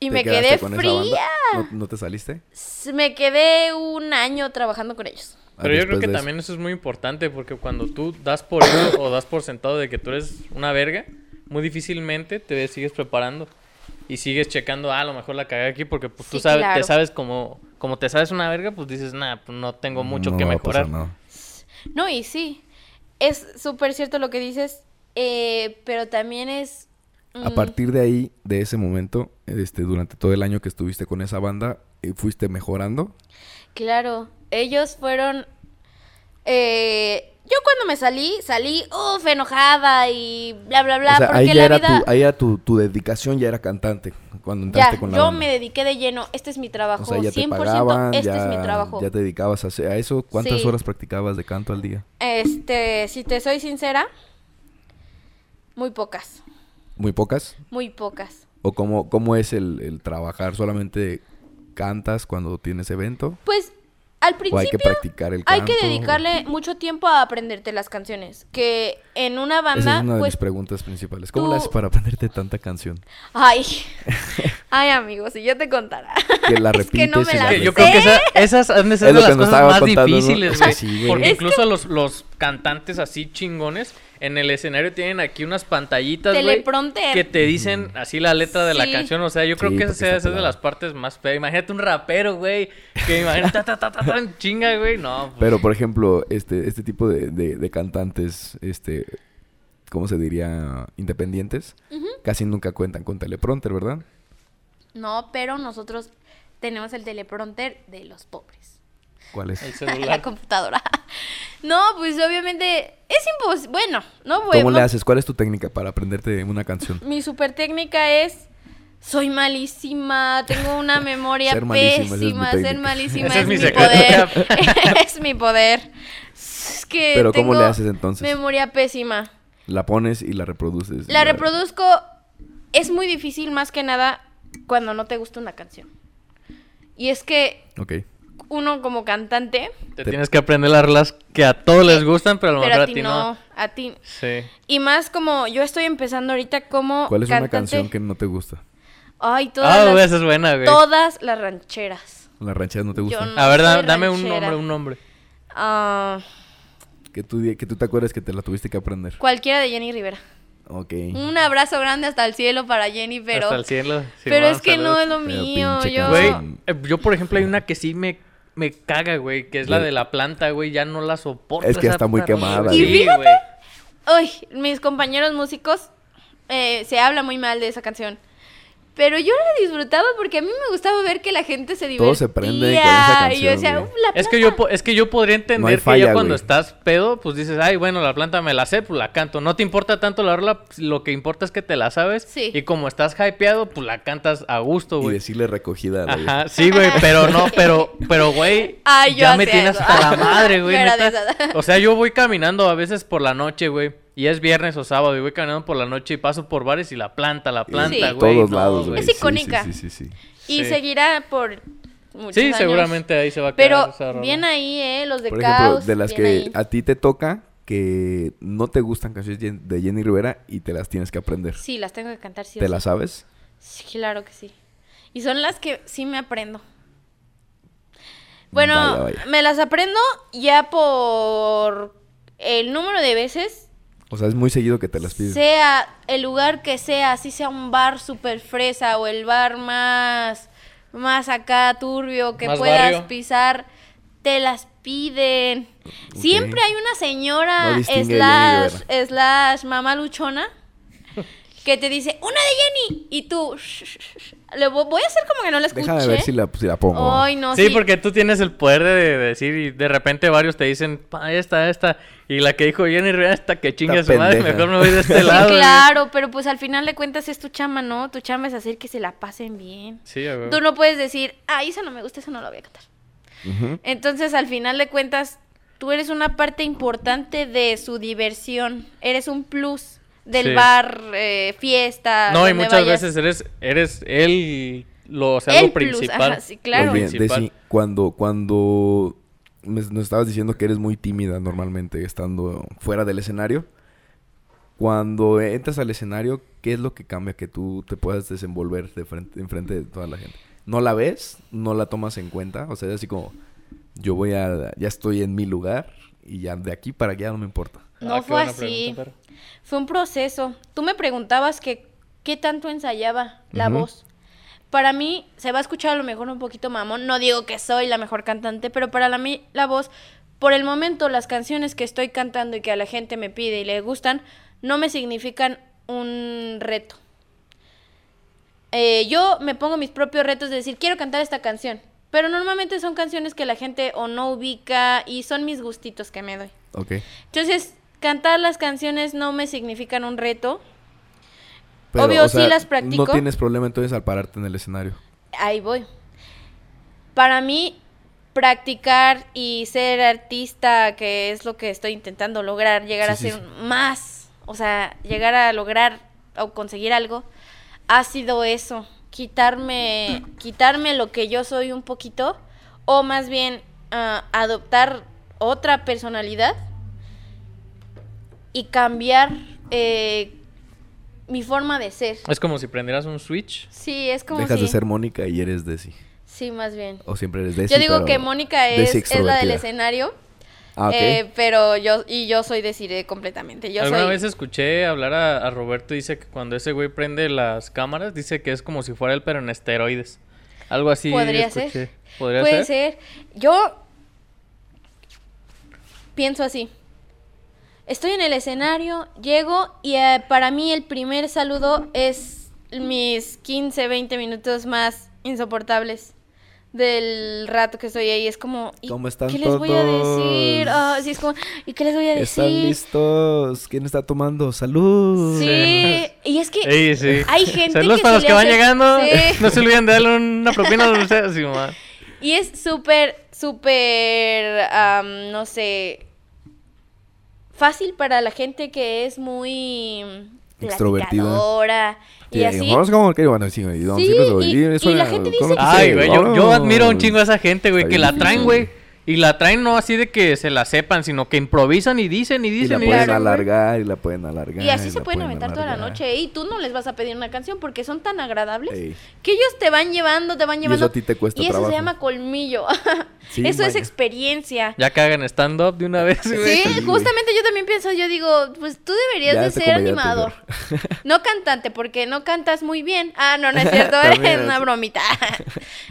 S2: y
S1: ¿Te
S2: me
S1: quedaste
S2: quedé
S1: con esa banda?
S2: fría
S1: ¿No, no te saliste?
S2: S- me quedé un año trabajando con ellos
S1: Ah,
S3: Pero yo creo
S1: después
S3: que
S1: de eso.
S3: también eso es muy importante porque cuando tú das por hecho o das por sentado de que tú eres una verga, muy difícilmente te sigues preparando y sigues checando, ah, a lo mejor la cagué aquí porque pues, tú
S2: Sí,
S3: sabes,
S2: claro.
S3: te sabes como, como te sabes una verga, pues dices, nah, pues no tengo mucho
S1: No
S3: que
S1: va a
S3: mejorar.
S1: pasar, no.
S2: No, y sí, es súper cierto lo que dices, eh, pero también es...
S1: A
S2: mm,
S1: partir de ahí, de ese momento, este, durante todo el año que estuviste con esa banda, eh, ¿fuiste mejorando?
S2: Claro, ellos fueron... eh, yo cuando me salí, salí, uff, enojada y bla, bla, bla,
S1: o sea,
S2: porque
S1: ahí ya
S2: la
S1: era,
S2: vida...
S1: tu, ahí era tu, tu dedicación, ya era cantante. Cuando
S2: ya,
S1: entraste con la
S2: yo
S1: banda.
S2: me dediqué de lleno, este es mi trabajo,
S1: O sea, ya
S2: 100%
S1: te pagaban,
S2: este
S1: ya,
S2: es mi trabajo.
S1: ya te dedicabas a, hacer- a eso. ¿Cuántas
S2: Sí.
S1: horas practicabas de canto al día?
S2: Este, si te soy sincera, muy pocas,
S1: ¿Muy pocas?
S2: muy pocas.
S1: ¿O cómo, cómo es el, el trabajar? ¿Solamente cantas cuando tienes evento?
S2: Pues al
S1: ¿O hay que
S2: principio...
S1: practicar el
S2: Hay
S1: canto?
S2: que dedicarle mucho tiempo a aprenderte las canciones. Que en una
S1: Esa
S2: banda,
S1: es una de
S2: pues.
S1: mis preguntas principales. ¿Cómo
S2: tú-
S1: la haces para aprenderte tanta canción?
S2: Ay. Ay, amigos, si yo te contara.
S1: Que la
S2: Es
S1: repites
S2: que no me
S1: y
S2: la
S1: la
S3: Que yo
S2: sé.
S3: creo que esa- esas han de ser
S1: Es
S3: de
S1: lo que
S3: las
S1: nos
S3: cosas
S1: estaba
S3: más
S1: contando, ¿no?
S3: difíciles,
S1: Es que
S3: güey.
S1: sí, güey.
S3: Porque
S1: Es
S3: incluso los, los cantantes así chingones en el escenario tienen aquí unas pantallitas, güey.
S2: Teleprompter.
S3: Que te dicen así la letra de la
S2: Sí.
S3: canción. O sea,
S1: Mm.
S3: yo
S1: Sí,
S3: creo que
S1: porque
S3: esa sea-
S1: está
S3: esa es de
S1: pelada.
S3: las partes más feas. Imagínate un rapero, güey. Que imagínate, ta, ta, ta, ta, ta, en chinga, güey. No, pues,
S1: Pero, por ejemplo, este, este tipo de, de- de cantantes, este, ¿cómo se diría? Independientes, casi nunca cuentan con teleprompter, ¿verdad?
S2: No, pero nosotros tenemos el teleprompter de los pobres.
S1: ¿Cuál es?
S3: el
S2: La
S3: celular.
S2: computadora. No, pues obviamente es imposible. Bueno, no voy
S1: ¿Cómo le
S2: no-
S1: haces? ¿Cuál es tu técnica para aprenderte una canción?
S2: Mi super técnica es. Soy malísima, tengo una memoria
S1: Ser malísima, esa es mi
S2: pésima, ser
S1: técnica.
S2: malísima
S3: Ese
S2: es,
S3: es mi
S2: mi
S3: secreto.
S2: poder. es mi poder. Es que
S1: Pero ¿cómo le
S2: tengo
S1: haces entonces?
S2: Memoria pésima.
S1: La pones y la reproduces.
S2: La reproduzco. Es muy difícil más que nada cuando no te gusta una canción. Y es que
S1: Ok.
S2: uno como cantante,
S3: Te tienes que aprender las reglas que a todos les gustan, pero a lo
S2: pero
S3: mejor
S2: a ti no, a ti.
S3: Sí.
S2: Y más como yo estoy empezando ahorita como
S1: ¿Cuál es una
S2: cantante.
S1: canción que no te gusta?
S2: Ay, todas
S3: Ah,
S2: las-
S3: güey, esa es buena, güey.
S2: todas las rancheras.
S1: Las rancheras no te gustan.
S2: no
S3: A ver, da-
S2: soy
S3: dame un
S2: ranchera.
S3: nombre, un nombre.
S2: Ah,
S1: Que, tú, di- que tú te acuerdas que te la tuviste que aprender.
S2: cualquiera de Jenny Rivera.
S1: Ok.
S2: Un abrazo grande hasta el cielo para Jenny, pero.
S3: Hasta el cielo.
S2: pero
S3: Simón,
S2: es que no es
S3: saludos.
S2: lo
S1: Pero
S2: mío.
S1: pinche
S2: Yo.
S3: Güey,
S1: No.
S3: eh, yo por ejemplo hay una que sí me, me caga, güey, que es la de la planta, güey, ya no la soporto.
S1: Es que
S3: esa
S1: está muy
S3: puta
S1: quemada,
S3: rola.
S1: Y
S3: Sí,
S2: fíjate-
S3: güey.
S2: Uy, mis compañeros músicos eh, se habla muy mal de esa canción. Pero yo la disfrutaba porque a mí me gustaba ver que la gente se divertía.
S1: Todos se prenden con esa
S2: Y yo decía,
S1: canción,
S2: "Uf, la
S3: Es
S2: planta".
S3: que yo po- es que yo podría entender que
S1: falla,
S3: ya cuando
S1: güey.
S3: estás pedo, pues dices, "Ay, bueno, la planta me la sé, pues la canto." No te importa tanto la rola, pues, lo que importa es que te la sabes
S2: Sí.
S3: y como estás hypeado, pues la cantas a gusto,
S1: Y
S3: güey.
S1: decirle recogida a la vieja.
S3: Ajá, sí, güey, pero no, pero, pero, güey,
S2: Ay, yo
S3: ya me
S2: hacía
S3: tienes
S2: eso.
S3: hasta la madre, güey.
S2: Yo era
S3: neta.
S2: de esas.
S3: O sea, yo voy caminando a veces por la noche, güey, y es viernes o sábado, y voy caminando por la noche y paso por bares y la planta, la
S1: Y
S3: planta,
S1: de
S2: Sí.
S3: güey.
S1: todos
S3: no,
S1: lados, güey.
S2: Es
S1: Sí, sí,
S2: icónica.
S1: Sí, sí, sí.
S2: Y
S3: Sí.
S2: seguirá por muchos
S3: Sí,
S2: años.
S3: seguramente ahí se va a quedar
S2: Pero
S3: esa rola.
S2: bien ahí, ¿eh? Los de
S1: Por ejemplo,
S2: Caos,
S1: de las
S2: bien
S1: que
S2: ahí.
S1: a ti te toca que no te gustan canciones Jen- de Jenny Rivera y te las tienes que aprender.
S2: Sí, las tengo que cantar, sí. o
S1: ¿Te
S2: sí.
S1: las sabes?
S2: Sí, claro que sí. Y son las que sí me aprendo. Bueno,
S1: Vaya, vaya.
S2: me las aprendo ya por el número de veces,
S1: O sea, es muy seguido que te las piden.
S2: sea el lugar que sea, así sea un bar super fresa o el bar más, más acá turbio que
S3: Más
S2: puedas
S3: barrio.
S2: pisar, te las piden.
S1: Ok.
S2: Siempre hay una señora
S1: No distingue de Jenny
S2: slash, slash mamá luchona que te dice, una de Jenny, y tú, "Shh, shh, shh". le vo- voy a hacer como que no la escuché.
S1: Déjame ver si la, si la pongo.
S2: Ay, no,
S3: Sí, porque tú tienes el poder de decir y de repente varios te dicen, pa, esta, esta. Y la que dijo Jenny Rivera, esta que chinga
S1: Esta
S3: su madre,
S1: pendeja.
S3: mejor me voy de este lado. güey.
S2: Claro, pero pues al final de cuentas es tu chama, ¿no? Tu chama es hacer que se la pasen bien.
S3: Sí, güey.
S2: Tú no puedes decir, ah, eso no me gusta, eso no lo voy a cantar.
S1: Ujú.
S2: Entonces, al final de cuentas, tú eres una parte importante de su diversión. Eres un plus del
S3: Sí.
S2: bar, eh, fiesta.
S3: No, y
S2: donde
S3: muchas
S2: vayas.
S3: veces eres, eres él, lo, o sea,
S2: El
S3: lo
S2: plus,
S3: principal.
S2: ajá, sí, claro.
S1: Oye,
S3: Principal.
S1: Desi, cuando, cuando me- nos estabas diciendo que eres muy tímida normalmente estando fuera del escenario, cuando entras al escenario, ¿qué es lo que cambia que tú te puedas desenvolver de frente, enfrente de toda la gente? ¿No la ves? ¿No la tomas en cuenta? O sea, es así como, yo voy a, ya estoy en mi lugar y ya de aquí para allá no me importa.
S2: No
S3: Ah, qué
S2: fue
S3: buena
S2: así.
S3: pregunta, perro.
S2: Fue un proceso. Tú me preguntabas que qué tanto ensayaba la
S1: Ujú.
S2: voz. Para mí se va a escuchar a lo mejor un poquito mamón. No digo que soy la mejor cantante, pero para la, mí la voz, por el momento, las canciones que estoy cantando y que a la gente me pide y le gustan, no me significan un reto. Eh, yo me pongo mis propios retos de decir, quiero cantar esta canción. Pero normalmente son canciones que la gente o no ubica y son mis gustitos que me doy.
S1: Ok.
S2: Entonces, cantar las canciones no me significan un reto.
S1: Pero,
S2: Obvio,
S1: o
S2: sí las practico.
S1: No tienes problema entonces al pararte en el escenario.
S2: Ahí voy. Para mí, practicar y ser artista, que es lo que estoy intentando lograr, llegar
S1: Sí,
S2: a
S1: sí,
S2: ser más, o sea, llegar a lograr o conseguir algo, ha sido eso, quitarme, quitarme lo que yo soy un poquito, o más bien ah, adoptar otra personalidad y cambiar eh, mi forma de ser.
S3: Es como si prendieras un switch.
S2: Sí, es como
S1: Dejas
S2: si...
S1: de ser Mónica y eres Desi.
S2: Sí, más bien.
S1: O siempre eres Desi.
S2: Yo digo
S1: Eh, pero
S2: que Mónica es,
S1: Desi
S2: es la del
S1: extrovertida.
S2: escenario,
S1: Ah, ok.
S2: eh, pero yo y yo soy Desiree completamente. Yo
S3: Alguna
S2: soy
S3: vez escuché hablar a, a Roberto y dice que cuando ese güey prende las cámaras, dice que es como si fuera él, pero en esteroides. Algo así.
S2: podría
S3: escuché.
S2: ser,
S3: Podría
S2: puede
S3: ser.
S2: ser. Yo pienso así. Estoy en el escenario, llego y eh, para mí el primer saludo es mis 15, 20 minutos más insoportables del rato que estoy ahí. Es como, ¿y
S1: ¿Cómo están
S2: ¿qué les voy a decir?
S1: todos?
S2: Ah, sí, es como, ¿y qué les voy a decir?
S1: ¿Están listos? ¿Quién está tomando? ¡Salud!
S2: Sí, y es que
S3: Ey, sí.
S2: hay gente
S3: Saludos
S2: que
S3: para
S2: se le
S3: los que van
S2: hace-
S3: llegando.
S2: Sí.
S3: No se olviden de darle una propina a los sí, ma.
S2: y es súper, súper, am, no sé, fácil para la gente que es muy mm,
S1: Extrovertida.
S2: platicadora y así.
S1: Vamos como que bueno, sí, güey, vamos,
S2: Sí,
S1: sí, pero-
S2: y-
S1: y eso
S2: y la
S1: era-
S2: gente
S1: ¿cómo
S2: dice
S1: que Oh.
S2: que-
S3: Ay,
S1: se-
S3: güey, yo, yo
S1: vámonos?
S3: admiro un chingo a esa gente, güey,
S1: Está
S3: que
S1: bien
S3: la
S1: difícil,
S3: traen, güey.
S1: güey.
S3: Y la traen no así de que se la sepan, sino que improvisan y dicen y
S1: Y la
S3: dicen y,
S1: pueden
S3: dicen, güey.
S1: alargar, y la pueden alargar.
S2: Y así se
S1: la
S2: pueden aventar toda la
S1: alargar.
S2: noche. Y tú no les vas a pedir una canción porque son tan agradables
S1: Ey.
S2: que ellos te van llevando, te van
S1: Y
S2: llevando.
S1: eso a ti te cuesta
S2: y eso
S1: trabajo.
S2: se llama colmillo.
S1: Sí,
S2: eso es
S1: vaya.
S2: experiencia.
S3: Ya cagan stand-up de una vez, güey.
S1: Sí,
S2: Sí,
S1: güey.
S2: justamente yo también pienso, yo digo, pues tú deberías
S1: Ya
S2: de
S1: este
S2: ser
S1: comediante,
S2: animador. No cantante, porque no cantas muy bien. Ah, no, no es cierto, es
S1: También.
S2: una bromita.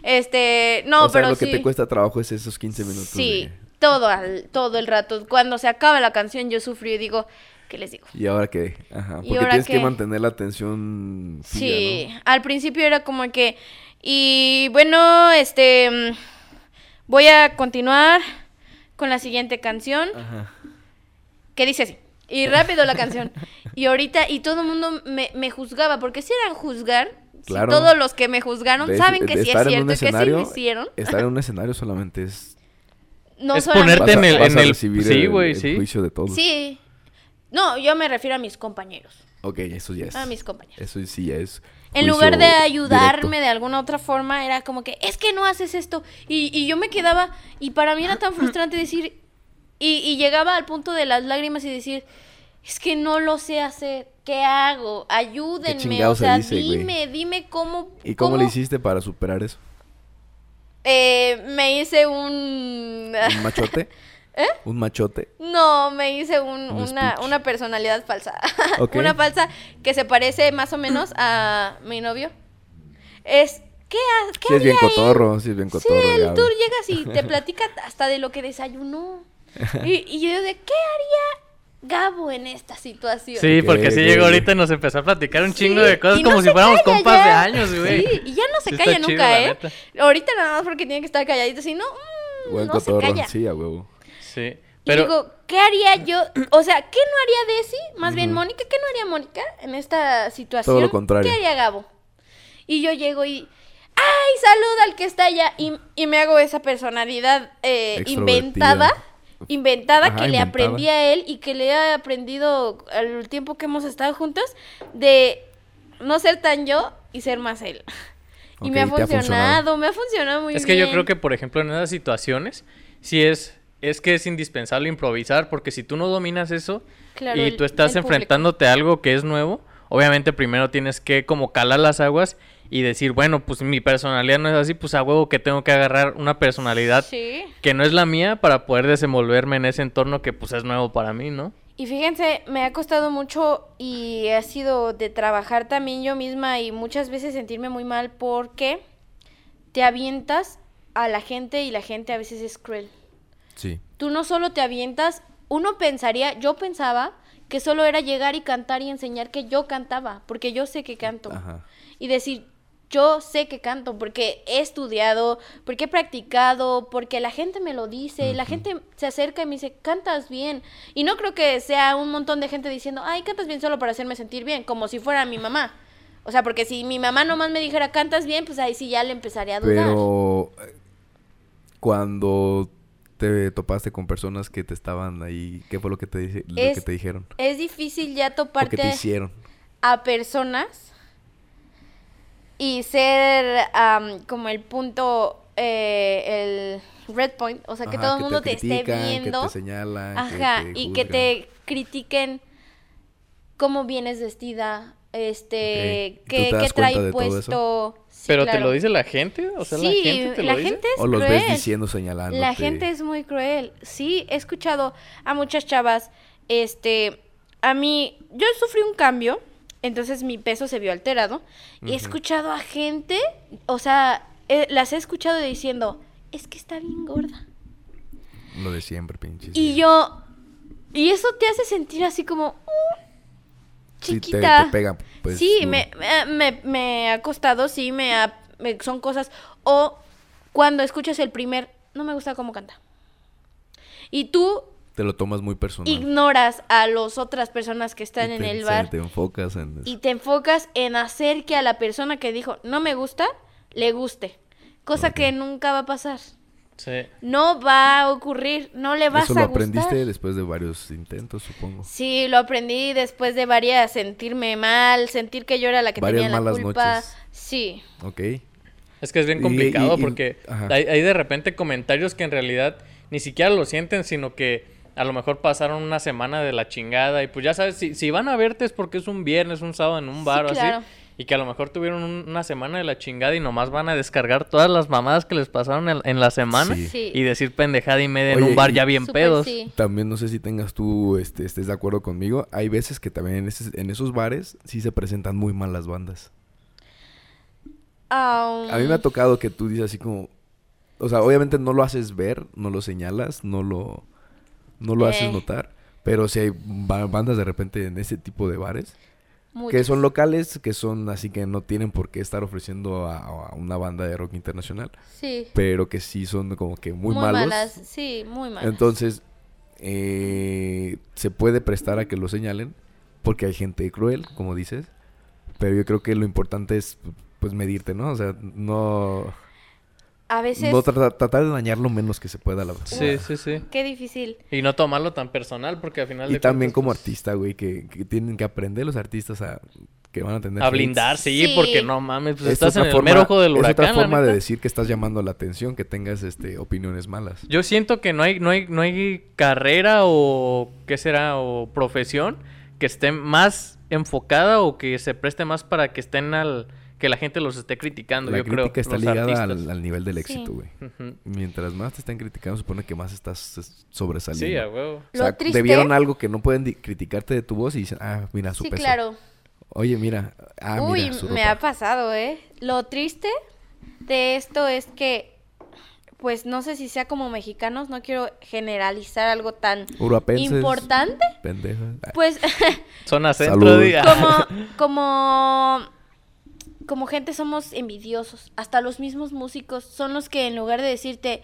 S2: Este, no,
S1: o sea,
S2: pero
S1: lo
S2: sí.
S1: que te cuesta trabajo es esos 15 minutos.
S2: sí,
S1: de-
S2: todo, al- todo el rato. Cuando se acaba la canción yo sufro y digo, ¿qué les digo?
S1: ¿Y ahora qué? Ajá.
S2: ¿Y
S1: Porque
S2: ahora
S1: tienes que
S2: qué?
S1: mantener la atención. fija,
S2: Sí, al principio era como que, y bueno, este, mm, voy a continuar con la siguiente canción.
S1: ¿no? Ajá.
S2: que dice así. Y rápido la canción. Y ahorita, y todo el mundo me, me juzgaba, porque si eran juzgar, si
S1: Claro.
S2: todos los que me juzgaron
S1: De-
S2: Ah, saben
S1: de-
S2: que
S1: de
S2: sí es
S1: estar en
S2: cierto
S1: un
S2: y que sí lo
S1: escenario,
S2: hicieron.
S1: Estar en un escenario solamente es.
S2: No
S3: es
S2: solamente-
S3: ponerte
S1: vas a-
S3: en el-
S1: vas a
S3: el-
S1: recibir
S3: sí,
S1: el-
S3: güey,
S1: el
S3: sí.
S1: juicio de todos.
S2: Sí. No, yo me refiero a mis compañeros.
S1: Ok, eso ya es.
S2: A Ah, mis compañeros.
S1: Eso sí ya es.
S2: En
S1: juicio
S2: lugar de ayudarme
S1: Pues directo.
S2: de alguna otra forma, era como que, es que no haces esto. Y, y yo me quedaba, y para mí era tan frustrante decir, y, y llegaba al punto de las lágrimas y decir, es que no lo sé hacer, ¿qué hago? Ayúdenme, o
S1: chingado se
S2: sea,
S1: dice, güey?
S2: dime, dime cómo...
S1: ¿Y cómo, le hiciste para superar eso?
S2: Eh, me hice un...
S1: ¿Un machote? ¿Eh? ¿Un machote?
S2: No, me hice un-
S1: Un
S2: una,
S1: speech.
S2: una personalidad falsa.
S1: Ok.
S2: Una falsa que se parece más o menos a mi novio. Es... ¿Qué, ha- qué
S1: Sí, es bien
S2: haría ahí?
S1: cotorro, sí, es bien cotorro.
S2: sí, él,
S1: Gaby.
S2: tú llegas y te platica hasta de lo que desayunó. Y, y yo de, ¿qué haría Gabo en esta situación?
S3: Sí,
S1: Ok,
S3: porque si
S1: güey.
S3: llegó ahorita y nos empezó a platicar un chingo de cosas
S2: Y no
S3: como
S2: se
S3: si fuéramos
S2: calla
S3: compas
S2: ya.
S3: de años, güey.
S2: Sí, y ya no se
S3: Sí está
S2: calla
S3: chido,
S2: nunca,
S3: la
S2: ¿eh?
S3: neta.
S2: Ahorita nada más porque tiene que estar calladito, si no, mm,
S1: Buen
S2: no
S1: cotorro,
S2: se calla.
S1: sí, a huevo.
S3: Sí.
S2: Y
S3: Pero
S2: digo, ¿qué haría yo? O sea, ¿qué no haría Desi? Más bien Mónica, ¿qué no haría Mónica en esta situación?
S1: contrario.
S2: ¿Qué haría Gabo? Y yo llego y, ¡ay, saluda al que está allá! Y, y me hago esa personalidad eh,
S1: Extrovertida.
S2: inventada, inventada
S1: Ajá,
S2: que le
S1: inventada.
S2: aprendí a él y que le he aprendido al tiempo que hemos estado juntas, de no ser tan yo y ser más él. Y
S1: Ok,
S2: me ha
S1: ¿te ha funcionado?
S2: funcionado, me ha funcionado muy bien.
S3: es que yo creo que, por ejemplo, en esas situaciones, sí es, es que es indispensable improvisar, porque si tú no dominas eso
S2: Claro,
S3: y
S2: el-
S3: tú estás
S2: el público.
S3: enfrentándote a algo que es nuevo, obviamente primero tienes que como calar las aguas y decir, bueno, pues mi personalidad no es así, pues a huevo que tengo que agarrar una personalidad
S2: Sí.
S3: que no es la mía para poder desenvolverme en ese entorno que pues es nuevo para mí, ¿no?
S2: Y fíjense, me ha costado mucho y ha sido de trabajar también yo misma y muchas veces sentirme muy mal porque te avientas a la gente y la gente a veces es cruel.
S1: Sí.
S2: Tú no solo te avientas, uno pensaría, yo pensaba que solo era llegar y cantar y enseñar que yo cantaba, porque yo sé que canto
S1: Ajá.
S2: y decir, yo sé que canto porque he estudiado, porque he practicado, porque la gente me lo dice, la gente se acerca y me dice, cantas bien. Y no creo que sea un montón de gente diciendo, ay, cantas bien solo para hacerme sentir bien, como si fuera mi mamá. O sea, porque si mi mamá nomás me dijera, cantas bien, pues ahí sí ya le empezaría a dudar.
S1: Pero eh, cuando te topaste con personas que te estaban ahí, ¿qué fue lo que te, dice, lo que
S2: Es-
S1: te dijeron?
S2: Es difícil ya
S1: ¿O qué te
S2: toparte
S1: hicieron?
S2: a personas y ser am, como el punto, eh, el red point, o sea, que
S1: Ajá,
S2: todo el mundo te,
S1: critican,
S2: esté viendo.
S1: Que te señalan.
S2: Ajá,
S1: que te
S2: y que
S1: juzgan.
S2: te critiquen cómo vienes vestida,
S1: Ok. ¿Y
S2: este,
S1: tú
S2: qué,
S1: te das
S2: qué trae
S1: cuenta de todo eso?
S2: puesto. Sí,
S3: Pero te
S2: claro.
S3: lo dice la gente, o sea, la
S2: Sí,
S3: gente te
S2: la
S3: lo dice.
S2: gente es
S1: O los
S2: cruel.
S1: ves diciendo, señalando.
S2: La gente es muy cruel. Sí, he escuchado a muchas chavas, este, a mí, yo sufrí un cambio, entonces mi peso se vio alterado. Y he escuchado a gente, o sea, eh, las he escuchado diciendo, es que está bien gorda.
S1: Lo de siempre, pinches.
S2: Y yo, y eso te hace sentir así como, "Uh,
S1: Sí, te-
S2: chiquita.
S1: te pega, pues,
S2: sí,
S1: duro.
S2: me, me- me- me ha costado, sí, me, ha- me- son cosas. O cuando escuchas el primer, no me gusta cómo canta. Y tú
S1: Te lo tomas muy personal.
S2: ignoras a las otras personas que
S1: Y
S2: están en
S1: te-
S2: el
S1: sí,
S2: bar
S1: Te enfocas en eso.
S2: y te enfocas en hacer que a la persona que dijo no me gusta, le guste. Cosa que nunca va a pasar.
S3: Sí.
S2: No va a ocurrir, no le vas
S1: Eso
S2: a
S1: lo
S2: gustar.
S1: aprendiste después de varios intentos, supongo.
S2: Sí, lo aprendí después de varias sentirme mal, sentir que yo era la que
S1: Varias
S2: tenía la
S1: malas
S2: culpa.
S1: noches.
S2: Sí.
S1: Ok.
S3: Es que es bien
S1: Y- y-
S3: complicado
S1: y-
S3: porque
S1: ajá.
S3: hay, hay de repente comentarios que en realidad ni siquiera lo sienten, sino que a lo mejor pasaron una semana de la chingada y pues ya sabes, si, si van a verte es porque es un viernes, un sábado en un bar o
S2: claro.
S3: así. Y que a lo mejor tuvieron un- una semana de la chingada y nomás van a descargar todas las mamadas que les pasaron en, en la semana
S1: Sí.
S2: Sí.
S3: y decir pendejada y media en
S1: Oye,
S3: un bar
S1: y-
S3: ya bien
S2: Súper
S3: pedos.
S2: sí.
S1: También no sé si tengas tú, este, estés de acuerdo conmigo. Hay veces que también en, ese- en esos bares sí se presentan muy malas bandas.
S2: Ah,
S1: A mí me ha tocado que tú dices así como... O sea, obviamente no lo haces ver, no lo señalas, no lo, no lo haces
S2: Eh.
S1: notar. Pero si hay ba- bandas de repente en ese tipo de bares.
S2: mucho.
S1: Que son locales, que son así que no tienen por qué estar ofreciendo a, a una banda de rock internacional.
S2: Sí.
S1: Pero que sí son como que muy, malos.
S2: malas. Sí, muy malas.
S1: Entonces, eh, se puede prestar a que lo señalen, porque hay gente cruel, como dices, pero yo creo que lo importante es, pues, medirte, ¿no? O sea, no,
S2: a veces.
S1: no tra- tratar de dañar lo menos que se pueda la verdad.
S3: Sí, sí, sí.
S2: Qué difícil.
S3: Y no tomarlo tan personal porque al final
S1: Y
S3: de
S1: también como
S3: cuentas, pues,
S1: artista, güey, que, que tienen que aprender los artistas a que van a tener
S3: pues, a
S1: hits.
S3: blindar, sí,
S2: Sí.
S3: porque no mames, pues
S1: Es
S3: estás en
S1: otra
S3: el
S1: forma-
S3: mero ojo del
S1: Es
S3: huracán.
S1: otra
S3: la
S1: forma de
S3: neta.
S1: decir que estás llamando la atención, que tengas este opiniones malas.
S3: Yo siento que no hay, no hay, no hay carrera o qué será, o profesión que esté más enfocada o que se preste más para que estén al, que la gente los esté criticando,
S1: La
S3: yo
S1: crítica
S3: creo.
S1: está
S3: los
S1: ligada al,
S3: artistas.
S1: al nivel del
S2: Sí.
S1: éxito, güey.
S3: Ujú.
S1: Mientras más te están criticando, supone que más estás es, sobresaliendo.
S3: Sí, a huevo.
S1: O sea,
S2: Lo triste-
S1: te vieron algo que no pueden di- criticarte de tu voz y dicen, ah, mira su
S2: Sí,
S1: peso.
S2: claro.
S1: Oye, mira, ah,
S2: Uy,
S1: mira su
S2: me
S1: ropa.
S2: ha pasado, ¿eh? Lo triste de esto es que, pues no sé si sea como mexicanos, no quiero generalizar algo tan
S1: Uruapenses,
S2: importante.
S1: pendejas. Ah,
S2: Pues
S3: Zona centro,
S1: Salud.
S3: diga.
S2: como, como, como gente somos envidiosos. Hasta los mismos músicos son los que en lugar de decirte,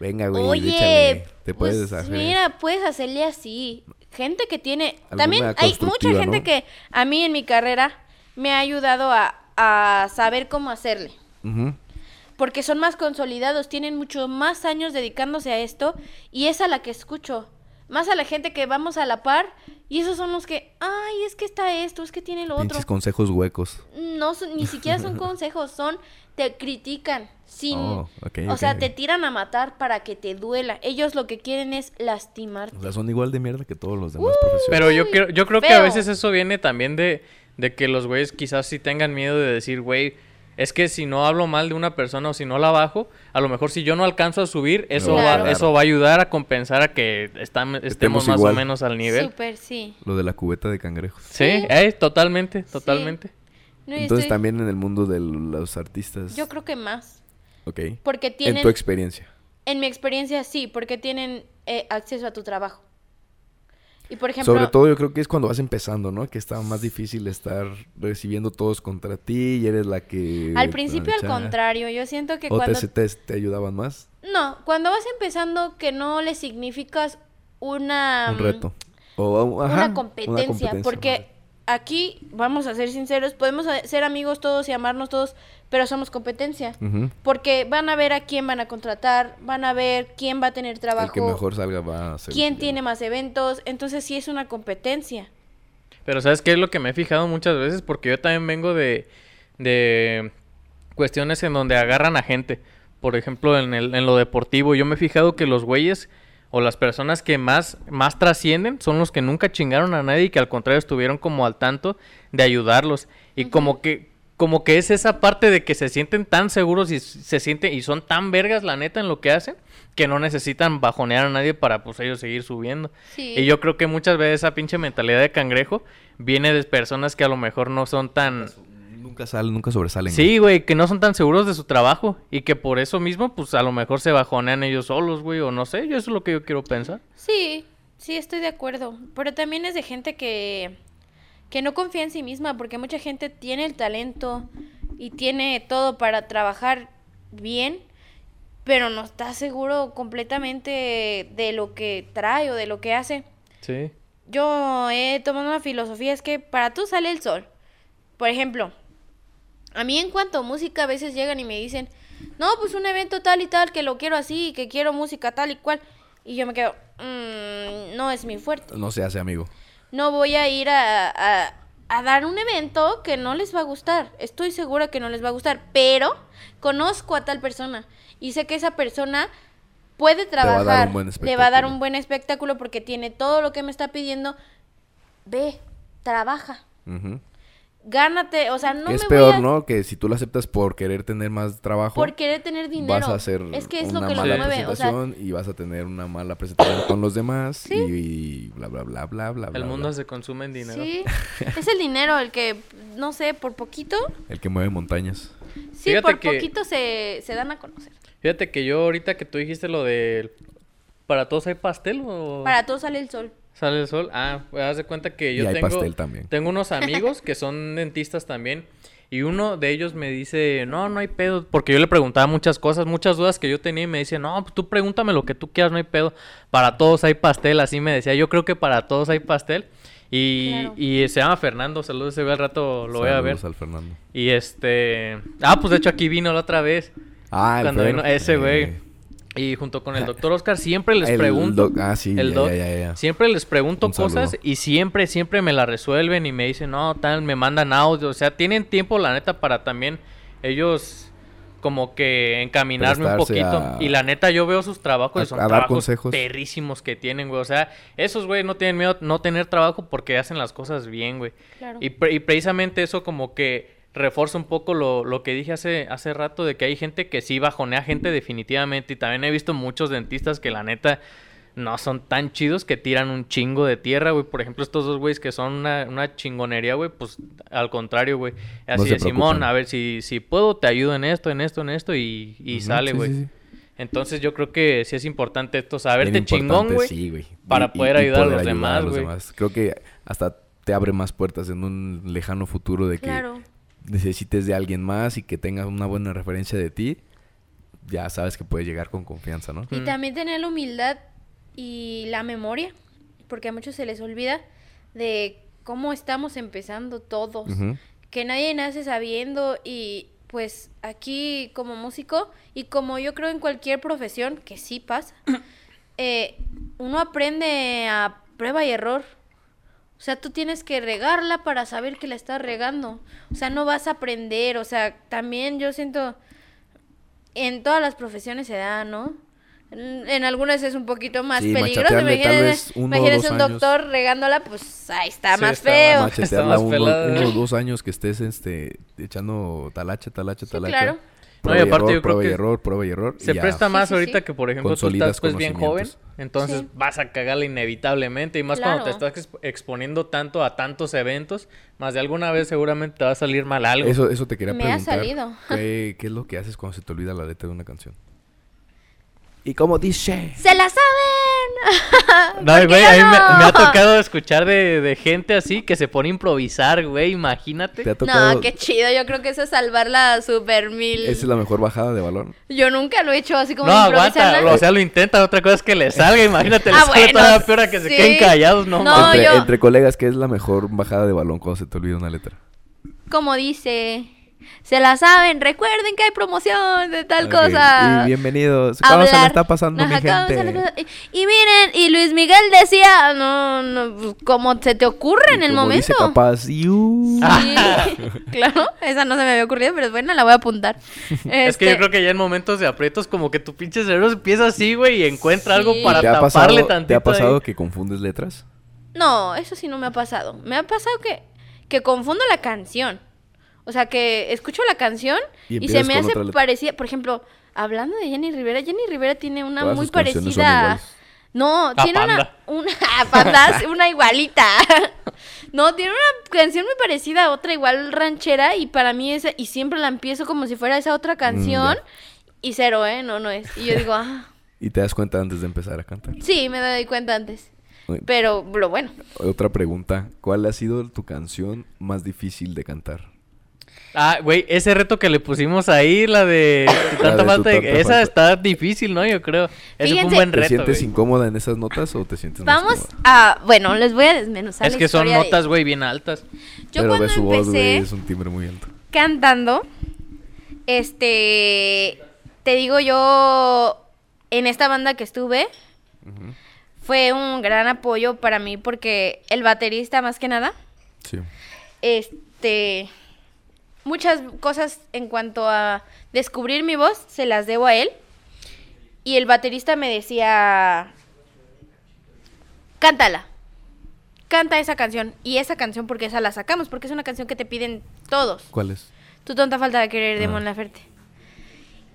S1: Venga, güey,
S2: oye,
S1: échale, te puedes
S2: pues,
S1: deshacer.
S2: mira, puedes hacerle así. Gente que tiene...
S1: Alguna
S2: También hay mucha
S1: constructiva,
S2: gente
S1: ¿no?
S2: que a mí en mi carrera me ha ayudado a, a saber cómo hacerle.
S1: Ujú.
S2: Porque son más consolidados, tienen mucho más años dedicándose a esto y es a la que escucho. Más a la gente que vamos a la par y esos son los que, ay, es que está esto, es que tiene lo otro
S1: Pinches consejos huecos.
S2: no son- ni siquiera son consejos, son te critican sin
S1: Oh, ok,
S2: o
S1: ok,
S2: sea,
S1: ok.
S2: te tiran a matar para que te duela. Ellos lo que quieren es lastimarte.
S1: O sea, son igual de mierda que todos los demás
S2: Uh.
S1: profesiones.
S3: Pero yo creo, yo creo que
S2: Feo.
S3: a veces eso viene también de, de que los güeyes quizás sí tengan miedo de decir, güey, es que si no hablo mal de una persona o si no la bajo, a lo mejor si yo no alcanzo a subir, eso,
S2: Claro.
S3: va, eso va a ayudar a compensar a que estam- estemos
S1: Estemos
S3: más
S1: igual.
S3: o menos al nivel.
S2: Súper, sí.
S1: Lo de la cubeta de cangrejos.
S3: Sí, eh, totalmente, totalmente.
S2: No, yo
S1: Entonces
S2: estoy-
S1: también en el mundo de los artistas.
S2: yo creo que más,
S1: Ok.
S2: porque tienen
S1: En tu experiencia.
S2: en mi experiencia sí, porque tienen eh, acceso a tu trabajo. Y por ejemplo,
S1: Sobre todo yo creo que es cuando vas empezando, ¿no? Que está más difícil estar recibiendo todos contra ti y eres la que...
S2: al principio al
S1: plancha.
S2: contrario, yo siento que
S1: ¿O
S2: cuando
S1: te, te- te ayudaban más?
S2: no, cuando vas empezando que no le significas una
S1: un reto. O, ajá,
S2: una, competencia, porque aquí, vamos a ser sinceros, podemos a- ser amigos todos y amarnos todos, pero somos competencia.
S1: Ujú.
S2: Porque van a ver a quién van a contratar, van a ver quién va a tener trabajo,
S1: El que mejor salga va a ser...
S2: quién tiene más eventos, entonces sí es una competencia.
S3: Pero ¿sabes qué es lo que me he fijado muchas veces? Porque yo también vengo de, de cuestiones en donde agarran a gente. Por ejemplo, en, el- en lo deportivo, yo me he fijado que los güeyes o las personas que más, más trascienden son los que nunca chingaron a nadie y que al contrario estuvieron como al tanto de ayudarlos. Y como que como que es esa parte de que se sienten tan seguros y s- se sienten y son tan vergas la neta en lo que hacen que no necesitan bajonear a nadie para pues ellos seguir subiendo.
S2: Sí.
S3: Y yo creo que muchas veces esa pinche mentalidad de cangrejo viene de personas que a lo mejor no son tan...
S1: Nunca salen, nunca sobresalen.
S3: Sí, güey, que no son tan seguros de su trabajo y que por eso mismo, pues a lo mejor se bajonean ellos solos, güey, o no sé, yo eso es lo que yo quiero pensar.
S2: Sí, sí, estoy de acuerdo. Pero también es de gente que, que no confía en sí misma, porque mucha gente tiene el talento y tiene todo para trabajar bien, pero no está seguro completamente de lo que trae o de lo que hace.
S3: Sí.
S2: Yo he tomado una filosofía, es que para tú sale el sol. Por ejemplo, a mí en cuanto a música a veces llegan y me dicen, no, pues un evento tal y tal, que lo quiero así, que quiero música tal y cual. Y yo me quedo, "Mm, no es mi fuerte.
S1: No se hace amigo.
S2: No voy a ir a, a- a dar un evento que no les va a gustar. Estoy segura que no les va a gustar, pero conozco a tal persona y sé que esa persona puede
S1: va a dar un
S2: trabajar,
S1: buen
S2: le va a dar
S1: espectáculo.
S2: un buen espectáculo porque tiene todo lo que me está pidiendo, ve, trabaja,
S1: Ujú.
S2: gánate, o sea, no
S1: Que es
S2: me
S1: peor,
S2: voy a...
S1: ¿no? Que si tú lo aceptas por querer tener más trabajo,
S2: Por querer tener dinero.
S1: vas a hacer
S2: es que es
S1: una
S2: lo que lo
S1: mala
S2: mueve. O sea,
S1: presentación y vas a tener una mala presentación con los demás y, y bla, bla, bla, bla, bla, bla.
S3: El mundo
S1: bla.
S3: se consume en dinero.
S2: sí, es el dinero el que, no sé, por poquito,
S1: El que mueve montañas.
S2: sí,
S3: Fíjate
S2: por
S3: que-
S2: poquito se, se dan a conocer.
S3: Fíjate que yo ahorita que tú dijiste lo de... ¿Para todos hay pastel o...?
S2: Para todos sale el sol.
S3: ¿Sale el sol? Ah, pues haz de cuenta que yo
S1: y hay
S3: tengo...
S1: pastel también.
S3: Tengo unos amigos que son dentistas también. Y uno de ellos me dice, no, no hay pedo. Porque yo le preguntaba muchas cosas, muchas dudas que yo tenía. Y me dice, no, pues tú pregúntame lo que tú quieras, no hay pedo. Para todos hay pastel, así me decía. Yo creo que para todos hay pastel. Y,
S2: Claro.
S3: y se llama Fernando, saludos, se ve al rato, lo voy a ver.
S1: Saludos al Fernando.
S3: Y este... Ah, pues de hecho aquí vino la otra vez.
S1: Ah, el
S3: cuando
S1: Fer.
S3: vino ese güey.
S1: Eh,
S3: Y junto con el doctor Oscar siempre les
S1: el
S3: pregunto.
S1: doc- ah, sí,
S3: el
S1: ya,
S3: doc.
S1: ya, ya, ya.
S3: Siempre les pregunto
S1: Un saludo.
S3: cosas y siempre, siempre me la resuelven y me dicen, no, tal, me mandan audio. O sea, tienen tiempo, la neta, para también ellos como que encaminarme un
S1: Prestarse
S3: poquito.
S1: a-
S3: Y la neta, yo veo sus trabajos
S1: a-
S3: y son
S1: a dar
S3: trabajos
S1: consejos.
S3: perrísimos que tienen, güey. O sea, esos güey no tienen miedo a no tener trabajo porque hacen las cosas bien, güey.
S2: Claro.
S3: Y, pre- y precisamente eso como que refuerza un poco lo, lo que dije hace, hace rato de que hay gente que sí bajonea gente definitivamente y también he visto muchos dentistas que la neta no son tan chidos que tiran un chingo de tierra, güey. Por ejemplo, estos dos güeyes que son una, una chingonería, güey, pues al contrario, güey. Así
S1: se
S3: de Simón,
S1: preocupan.
S3: a ver si, si puedo, te ayudo en esto, en esto, en esto y, y
S1: Ujú,
S3: sale,
S1: sí,
S3: güey.
S1: sí, sí.
S3: Entonces yo creo que sí es importante esto, saberte
S1: Bien
S3: chingón,
S1: importante,
S3: güey.
S1: sí, güey.
S3: para poder ayudar a los
S1: ayudar
S3: demás, güey.
S1: Creo que hasta te abre más puertas en un lejano futuro de que
S2: Claro.
S1: necesites de alguien más y que tenga una buena referencia de ti. Ya sabes que puedes llegar con confianza, ¿no?
S2: Y también tener la humildad y la memoria, porque a muchos se les olvida de cómo estamos empezando todos,
S1: Ujú.
S2: que nadie nace sabiendo y pues aquí como músico y como yo creo en cualquier profesión, que sí pasa, eh, uno aprende a prueba y error. O sea, tú tienes que regarla para saber que la estás regando. O sea, no vas a aprender. O sea, también yo siento en todas las profesiones se da, ¿no? En en algunas es un poquito más
S1: Sí,
S2: peligroso.
S1: machetearle tal
S2: Imagínense,
S1: vez uno o
S2: imagínense
S1: dos
S2: un
S1: años.
S2: doctor regándola, pues ahí está
S3: Sí,
S2: más
S3: está
S2: feo.
S3: más- Está
S1: Machetearla
S3: más
S1: uno-
S3: pelada.
S1: unos dos años que estés este, echando talacha, talacha,
S2: Sí,
S1: talacha.
S2: claro.
S1: Prueba
S3: No,
S1: y
S3: y aparte
S1: aparte
S3: yo
S1: error,
S3: creo
S1: prueba y
S3: que
S1: error, prueba y error. y
S3: Se
S1: ya.
S3: presta más
S2: sí,
S3: ahorita
S2: sí.
S3: que, por ejemplo, tú
S1: Consolidas
S3: estás pues bien joven,
S1: conocimientos.
S3: entonces
S2: Sí.
S3: vas a cagarla inevitablemente y más cuando te
S2: Claro.
S3: estás exp- exponiendo tanto a tantos eventos, más de alguna vez seguramente te va a salir mal algo.
S1: Eso, eso te quería
S2: Me ha
S1: preguntar.
S2: salido.
S1: ¿qué, qué es lo que haces cuando se te olvida la letra de una canción? Y como dice...
S2: ¡Se la saben!
S3: No, y, güey,
S2: yo
S3: a mí me,
S2: no?
S3: me ha tocado escuchar de, de gente así que se pone a improvisar, güey, imagínate.
S1: ¿Te ha tocado?
S2: No, qué chido. Yo creo que eso es salvar la super mil.
S1: Esa es la mejor bajada de balón.
S2: Yo nunca lo he hecho así como
S3: No,
S2: de
S3: aguanta,
S2: improvisarla.
S3: lo- o sea, lo intentan, otra cosa es que le salga, imagínate, le
S2: Ah,
S3: sale
S2: bueno,
S3: todavía peor a que se
S2: sí.
S3: queden callados, no,
S2: No,
S3: mames.
S1: entre,
S2: yo-
S1: entre colegas, ¿qué es la mejor bajada de balón cuando se te olvida una letra?
S2: Como dice, se la saben. Recuerden que hay promoción de tal
S1: Ok,
S2: cosa.
S1: Y bienvenidos. ¿Cómo
S2: hablar.
S1: se le está pasando, mi
S2: Ajá, ¿cómo se
S1: gente?
S2: le pasa? Y, y miren, y Luis Miguel decía, no, no, pues, como se te ocurre en el
S1: Como
S2: momento.
S1: dice capaz, "Iu".
S3: Ah,
S2: Sí, claro, esa no se me había ocurrido, pero es buena, la voy a apuntar.
S3: Es que yo
S2: Este,
S3: creo que ya en momentos de aprietos como que tu pinche cerebro empieza así, güey, y encuentra algo
S2: Sí.
S3: para
S1: ¿Te ha
S3: taparle
S1: pasado,
S3: tantito.
S1: ¿te ha pasado
S3: ahí.
S1: que confundes letras?
S2: No, eso sí no me ha pasado. Me ha pasado que, que confundo la canción. O sea, que escucho la canción
S1: Y
S2: y, se
S1: empiezas
S2: me
S1: con
S2: hace
S1: otra letra.
S2: parecida. Por ejemplo, hablando de Jenny Rivera, Jenny Rivera tiene una
S1: Todas
S2: muy
S1: sus canciones son
S2: parecida.
S1: iguales.
S2: No,
S3: Ah,
S2: tiene
S3: Panda.
S2: una. Una, ah, Panda, sí, una igualita. no, tiene una canción muy parecida a otra igual ranchera y para mí esa. Y siempre la empiezo como si fuera esa otra canción.
S1: Mm, ya.
S2: y cero, ¿eh? No, no es. Y yo digo, ah.
S1: Y te das cuenta antes de empezar a cantar.
S2: Sí, me doy cuenta antes.
S1: Muy-
S2: Pero lo bueno.
S1: Otra pregunta. ¿Cuál ha sido tu canción más difícil de cantar?
S3: Ah, güey, ese reto que le pusimos ahí, la de tu
S1: La de
S3: tanta
S1: tu
S3: falta, de-
S1: tanta
S3: esa
S1: falta.
S3: está difícil, ¿no? Yo creo. Ese fue un
S2: Fíjense-
S3: buen
S1: ¿Te
S3: reto,
S1: sientes
S3: güey.
S1: incómoda en esas notas o te sientes más
S2: Vamos
S1: cómoda?
S2: a. Bueno, les voy a desmenuzar.
S3: Es
S2: la
S3: que son
S2: historia de-
S3: notas, güey, bien altas.
S2: Yo
S1: Pero
S2: cuando
S1: ve su voz, güey,
S2: empecé
S1: es un timbre muy alto.
S2: cantando, este. Te digo, yo. En esta banda que estuve, fue un gran apoyo para mí porque el baterista, más que nada,
S1: Sí.
S2: este. Muchas cosas en cuanto a descubrir mi voz se las debo a él. Y el baterista me decía, cántala, canta esa canción. Y esa canción porque esa la sacamos, porque es una canción que te piden todos.
S1: ¿Cuál es?
S2: Tu tonta falta de querer de
S1: Ah.
S2: Mon Laferte.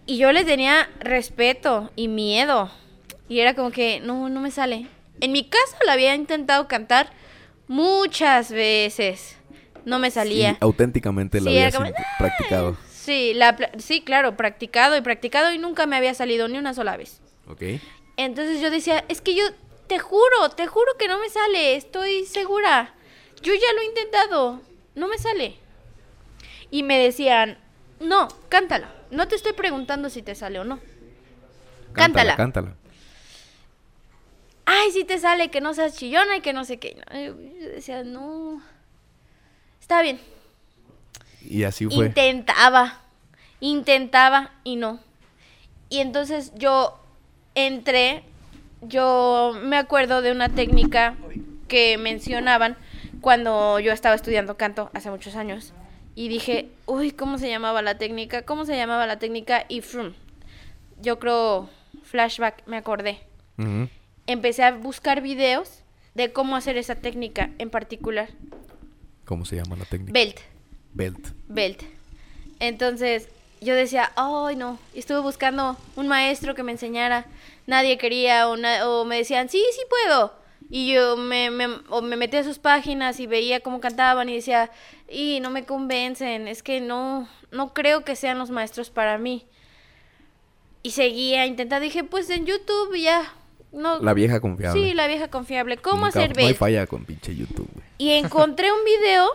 S2: Y yo le tenía respeto y miedo. Y era como que, no, no me sale. En mi caso la había intentado cantar muchas veces. No me salía.
S1: Y auténticamente la
S2: Sí,
S1: habías
S2: era como, "Ah,
S1: int- practicado.
S2: Sí, la, pla- sí, claro, practicado y practicado y nunca me había salido ni una sola vez.
S1: Ok.
S2: Entonces yo decía, es que yo te juro, te juro que no me sale, estoy segura. Yo ya lo he intentado, no me sale. Y me decían, no, cántala. No te estoy preguntando si te sale o no. Cántala.
S1: Cántala.
S2: Ay, si te sale, que no seas chillona y que no sé qué. Yo decía, no. Está bien.
S1: Y así fue.
S2: Intentaba, intentaba y no. Y entonces yo entré, yo me acuerdo de una técnica que mencionaban cuando yo estaba estudiando canto hace muchos años. Y dije, uy, ¿cómo se llamaba la técnica? ¿Cómo se llamaba la técnica? Y frum, yo creo, flashback, me acordé.
S1: Ujú.
S2: Empecé a buscar videos de cómo hacer esa técnica en particular.
S1: ¿Cómo se llama la técnica?
S2: Belt.
S1: Belt.
S2: Belt. Entonces yo decía, ay no, Y estuve buscando un maestro que me enseñara, nadie quería o, na- o me decían, sí, sí puedo. Y yo me, me, o me metí a sus páginas y veía cómo cantaban y decía, y no me convencen, es que no, no creo que sean los maestros para mí. Y seguía intentando, dije, pues en YouTube y ya. No,
S1: La vieja confiable.
S2: Sí, la vieja confiable. ¿Cómo
S1: Nunca-
S2: hacer
S1: No hay
S2: belt?
S1: falla con pinche YouTube, güey.
S2: Y encontré un video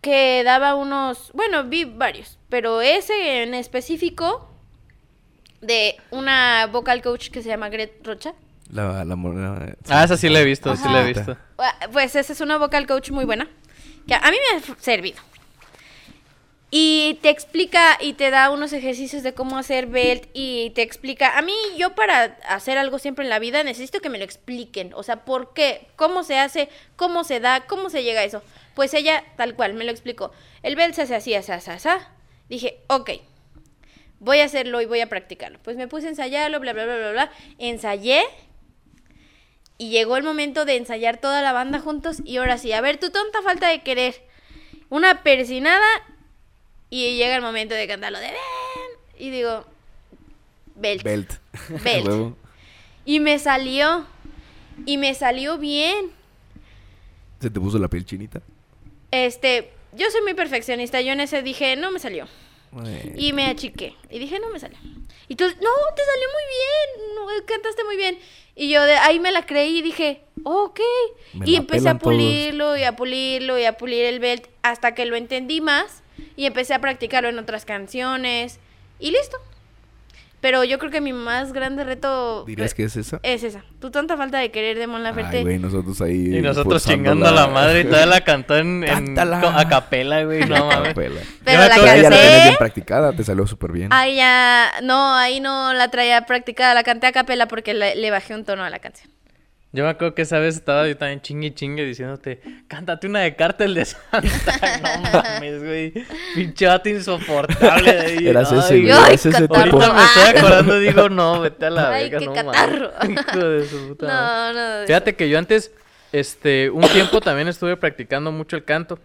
S2: que daba unos, bueno, vi varios, pero ese en específico de una vocal coach que se llama Gret Rocha.
S1: La, la morena.
S3: Ah, esa sí la he visto, sí la he
S1: Ajá.
S3: visto.
S2: Ah, Pues esa es una vocal coach muy buena, que a mí me ha f- servido. Y te explica y te da unos ejercicios de cómo hacer belt y te explica, a mí yo para hacer algo siempre en la vida necesito que me lo expliquen, o sea, ¿por qué? ¿Cómo se hace? ¿Cómo se da? ¿Cómo se llega a eso? Pues ella tal cual me lo explicó. El belt se hace así, así, así, así. Dije, ok, voy a hacerlo y voy a practicarlo. Pues me puse a ensayarlo, bla, bla, bla, bla, bla. Ensayé y llegó el momento de ensayar toda la banda juntos y ahora sí, a ver, tu tonta falta de querer. Una persinada y llega el momento de cantarlo de ven. Y digo, belt.
S1: Belt.
S2: Belt.
S1: Huevo.
S2: Y me salió. Y me salió bien.
S1: ¿Se te puso la piel chinita?
S2: Este, yo soy muy perfeccionista. Yo en ese dije, no me salió.
S1: Güey.
S2: Y me achiqué. Y dije, no me sale. Y tú, no, te salió muy bien. no, cantaste muy bien. Y yo de ahí me la creí y dije, ok.
S1: Me
S2: y
S1: la
S2: empecé a
S1: pelan todos.
S2: pulirlo y a pulirlo y a pulir el belt hasta que lo entendí más. Y empecé a practicarlo en otras canciones. Y listo. Pero yo creo que mi más grande reto
S1: ¿Dirías que es esa?
S2: es esa. Tu tanta falta de querer de Mon Laferte.
S1: Ay, güey, nosotros ahí.
S3: Y nosotros
S1: forzándola.
S3: chingando a la madre y todavía la cantó en, en
S1: Cántala.
S3: co- a capela, güey. No mames.
S1: Capela.
S2: Pero
S3: Yo me
S2: la
S3: acuerdo-
S1: Ya, ya Ah, la
S2: canté.
S1: tenías bien practicada, te salió súper bien.
S2: Ahí ya, no, ahí no la traía practicada, la canté a capela porque le- le bajé un tono a la canción.
S3: Yo me acuerdo que esa vez estaba yo también chingue y chingue diciéndote, cántate una de cártel de Santa. No mames, güey. Pinche vato insoportable de ahí.
S1: Eras ese,
S3: Ay,
S1: güey.
S2: Ay,
S1: eras ese
S2: catarro.
S1: tipo.
S3: Ahorita me
S2: Ah.
S3: estoy acordando y digo, no, vete a la
S2: Ay,
S3: verga,
S2: qué
S3: no
S2: catarro.
S3: mames. Hijo de su puta madre.
S2: No, no.
S3: Fíjate que yo antes, este, un tiempo también estuve practicando mucho el canto.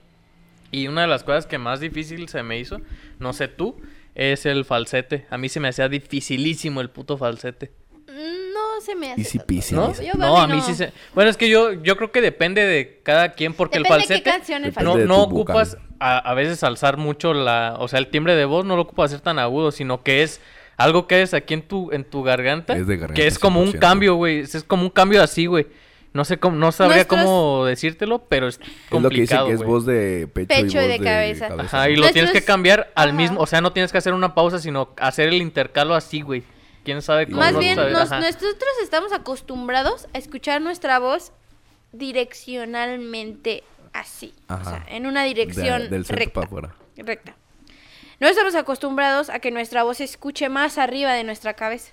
S3: Y una de las cosas que más difícil se me hizo, no sé tú, es el falsete. A mí se me hacía dificilísimo el puto falsete.
S2: No se me hace.
S1: Easy
S2: tanto.
S1: peasy.
S3: ¿No?
S2: Yo,
S3: no, a
S2: para mí
S3: mí
S2: no.
S3: sí se... Bueno, es que yo, yo creo que depende de cada quien, porque
S2: Depende de
S3: el
S2: qué
S3: falsete...
S2: canción el
S3: no,
S1: Depende de
S3: no
S1: tu vocal.
S3: ocupas a, a veces alzar mucho la... O sea, el timbre de voz no lo ocupas hacer tan agudo, sino que es algo que es aquí en tu, en tu garganta,
S1: Es de garganta,
S3: que es como un
S1: 100%.
S3: cambio, güey. Es es como un cambio así, güey. No sé cómo, no sabría
S2: Nuestros-
S3: cómo decírtelo, pero es
S1: Es lo que dicen
S3: complicado,
S1: que es
S3: güey.
S1: voz de pecho,
S2: Pecho y
S1: y voz
S2: de cabeza.
S3: Ajá, y
S1: ¿no?
S3: lo tienes que
S2: Nuestros-
S3: cambiar al
S2: Ajá.
S3: mismo... O sea, no tienes que hacer una pausa, sino hacer el intercalo así, güey. ¿Quién sabe cómo?
S2: Más
S3: no
S2: bien,
S3: sabe-
S2: nos-
S3: ajá.
S2: nosotros estamos acostumbrados a escuchar nuestra voz direccionalmente así. O
S1: Ajá.
S2: sea, en una
S1: De-
S2: dirección
S1: del centro
S2: recta.
S1: para afuera.
S2: Recta. No estamos acostumbrados a que nuestra voz se escuche más arriba de nuestra cabeza.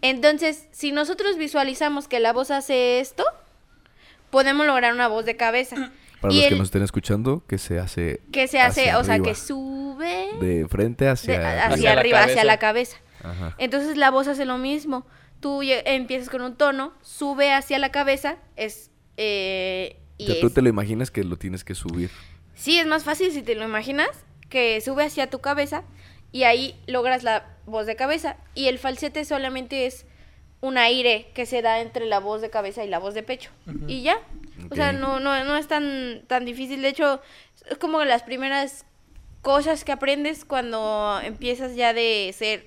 S2: Entonces, si nosotros visualizamos que la voz hace esto, podemos lograr una voz de cabeza.
S1: Para
S2: Y
S1: los que
S2: el-
S1: nos estén escuchando, que se hace
S2: que se hace,
S1: hacia
S2: o sea,
S1: arriba.
S2: que sube
S1: de frente
S2: de-
S1: hacia,
S2: hacia,
S3: Hacia la
S2: arriba, hacia Eh,
S3: cabeza.
S2: la cabeza.
S1: Ajá.
S2: Entonces la voz hace lo mismo. Tú lle- empiezas con un tono, sube hacia la cabeza, es... eh, y
S1: O sea, tú
S2: es-
S1: te lo imaginas que lo tienes que subir.
S2: Sí, es más fácil si te lo imaginas, que sube hacia tu cabeza y ahí logras la voz de cabeza. Y el falsete solamente es un aire que se da entre la voz de cabeza y la voz de pecho. Y ya. O sea,
S1: Ok.
S2: no, no, no es tan, tan difícil. De hecho, es como las primeras cosas que aprendes cuando empiezas ya de ser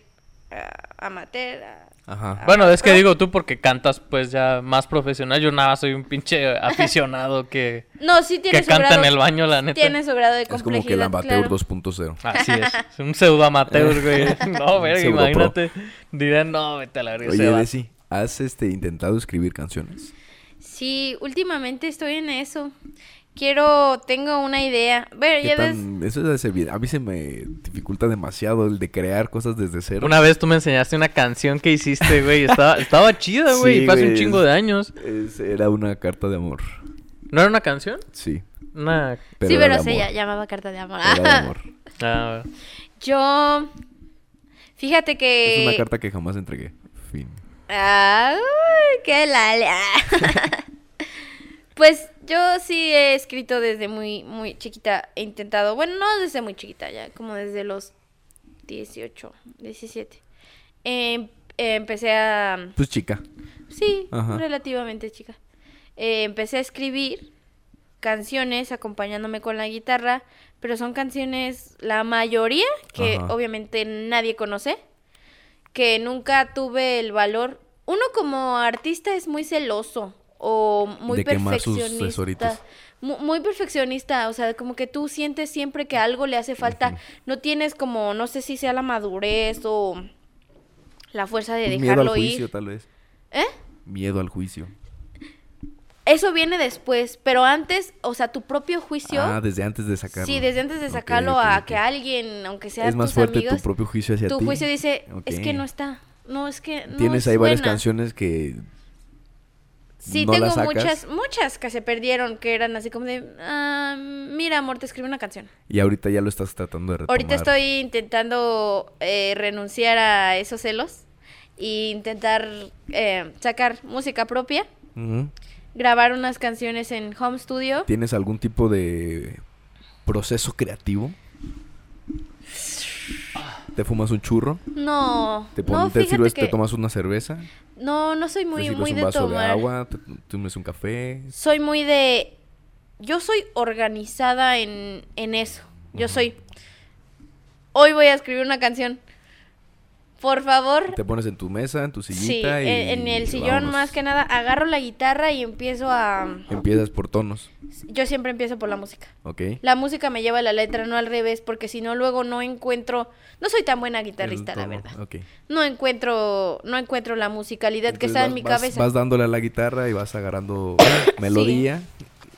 S2: ah, amateur. a- Ah,
S1: Ajá.
S3: Bueno, es que digo tú porque cantas pues ya más profesional. Yo nada, soy un pinche aficionado que,
S2: No, sí
S3: que
S2: tiene su
S3: canta
S2: grado.
S3: en el baño, la neta.
S2: Tiene su grado de
S1: Es
S2: complejidad.
S1: como que el amateur
S2: claro.
S1: 2.0.
S3: Así es. es un pseudo amateur, güey. No, verga,
S1: Pseudo pro.
S3: imagínate. Dirán, no, vete a la verga.
S1: Oye,
S3: pues, se va.
S1: Desi, ¿has este, intentado escribir canciones?
S2: Sí, últimamente estoy en eso. Quiero, tengo una idea. Ver,
S1: ¿Qué
S2: ya ves.
S1: tan- Eso es hace bien. A mí se me dificulta demasiado el de crear cosas desde cero.
S3: Una vez tú me enseñaste una canción que hiciste, güey. Estaba, estaba chida,
S1: Sí,
S3: güey. y fue hace un
S1: güey,
S3: chingo
S1: es-
S3: de años.
S1: Es- era una carta de amor.
S3: ¿No era una canción?
S1: Sí.
S3: Una.
S2: sí,
S1: era
S2: pero
S1: de
S2: se ya-
S1: amor.
S2: llamaba carta de amor. Ah,
S1: Era de amor.
S3: Ah,
S2: Yo, fíjate que.
S1: Es una carta que jamás entregué. Fin.
S2: Ah, uy, qué lala. pues yo sí he escrito desde muy, muy chiquita. He intentado, bueno, no desde muy chiquita ya, como desde los 18, 17. Em- empecé a
S1: Pues chica.
S2: Sí,
S1: Ajá.
S2: relativamente chica. Eh, empecé a escribir canciones acompañándome con la guitarra, pero son canciones, la mayoría, que
S1: Ajá.
S2: obviamente nadie conoce, que nunca tuve el valor. Uno como artista es muy celoso o muy
S1: De quemar sus
S2: perfeccionista.
S1: tesoritos.
S2: Mu- Muy perfeccionista, o sea, como que tú sientes siempre que algo le hace falta. No tienes como, no sé si sea la madurez o la fuerza de
S1: Pues miedo al
S2: dejarlo
S1: juicio,
S2: ir.
S1: tal vez.
S2: ¿Eh?
S1: Miedo al juicio.
S2: Eso viene después, pero antes, o sea, tu propio juicio.
S1: Ah, desde antes de sacarlo.
S2: sí, desde antes de
S1: Ok,
S2: sacarlo
S1: ok,
S2: a
S1: ok.
S2: que alguien, aunque sea
S1: Es más
S2: tus
S1: fuerte
S2: amigos,
S1: tu propio juicio hacia
S2: tu
S1: ti.
S2: juicio dice, es que
S1: Ok.
S2: no está. No, es que no
S1: Tienes ahí varias
S2: suena".
S1: canciones que
S2: Sí,
S1: no
S2: tengo
S1: las sacas.
S2: muchas, muchas que se perdieron, que eran así como de, "Ah, mira, amor, te escribí una canción.
S1: y ahorita ya lo estás tratando de retomar.
S2: Ahorita estoy intentando eh, renunciar a esos celos e intentar eh, sacar música propia,
S1: Ujú.
S2: grabar unas canciones en home studio.
S1: ¿Tienes algún tipo de proceso creativo? ¿Te fumas un churro?
S2: No,
S1: ¿Te, pon-
S2: no,
S1: te,
S2: fíjate
S1: sirves-
S2: que...
S1: te tomas una cerveza?
S2: No, no soy
S1: ¿Te
S2: muy,
S1: sirves
S2: muy
S1: un
S2: de
S1: vaso
S2: tomar.
S1: de agua? ¿Te te tomas un café?
S2: Soy muy de. Yo soy organizada en, en eso. Yo soy. Hoy voy a escribir una canción. Por favor.
S1: Te pones en tu mesa, en tu
S2: Sí,
S1: sillita y
S2: en en el sillón
S1: vámonos.
S2: más que nada. Agarro la guitarra y empiezo a.
S1: Empiezas por tonos,
S2: Yo siempre empiezo por la música.
S1: ¿ok?
S2: La música me lleva a la letra, no al revés, porque si no, luego no encuentro. No soy tan buena guitarrista,
S1: El
S2: la
S1: tono,
S2: verdad.
S1: ok.
S2: No encuentro, no encuentro la musicalidad que
S1: Entonces
S2: está en
S1: vas-
S2: mi
S1: vas-
S2: cabeza.
S1: Vas dándole a la guitarra y vas agarrando melodía.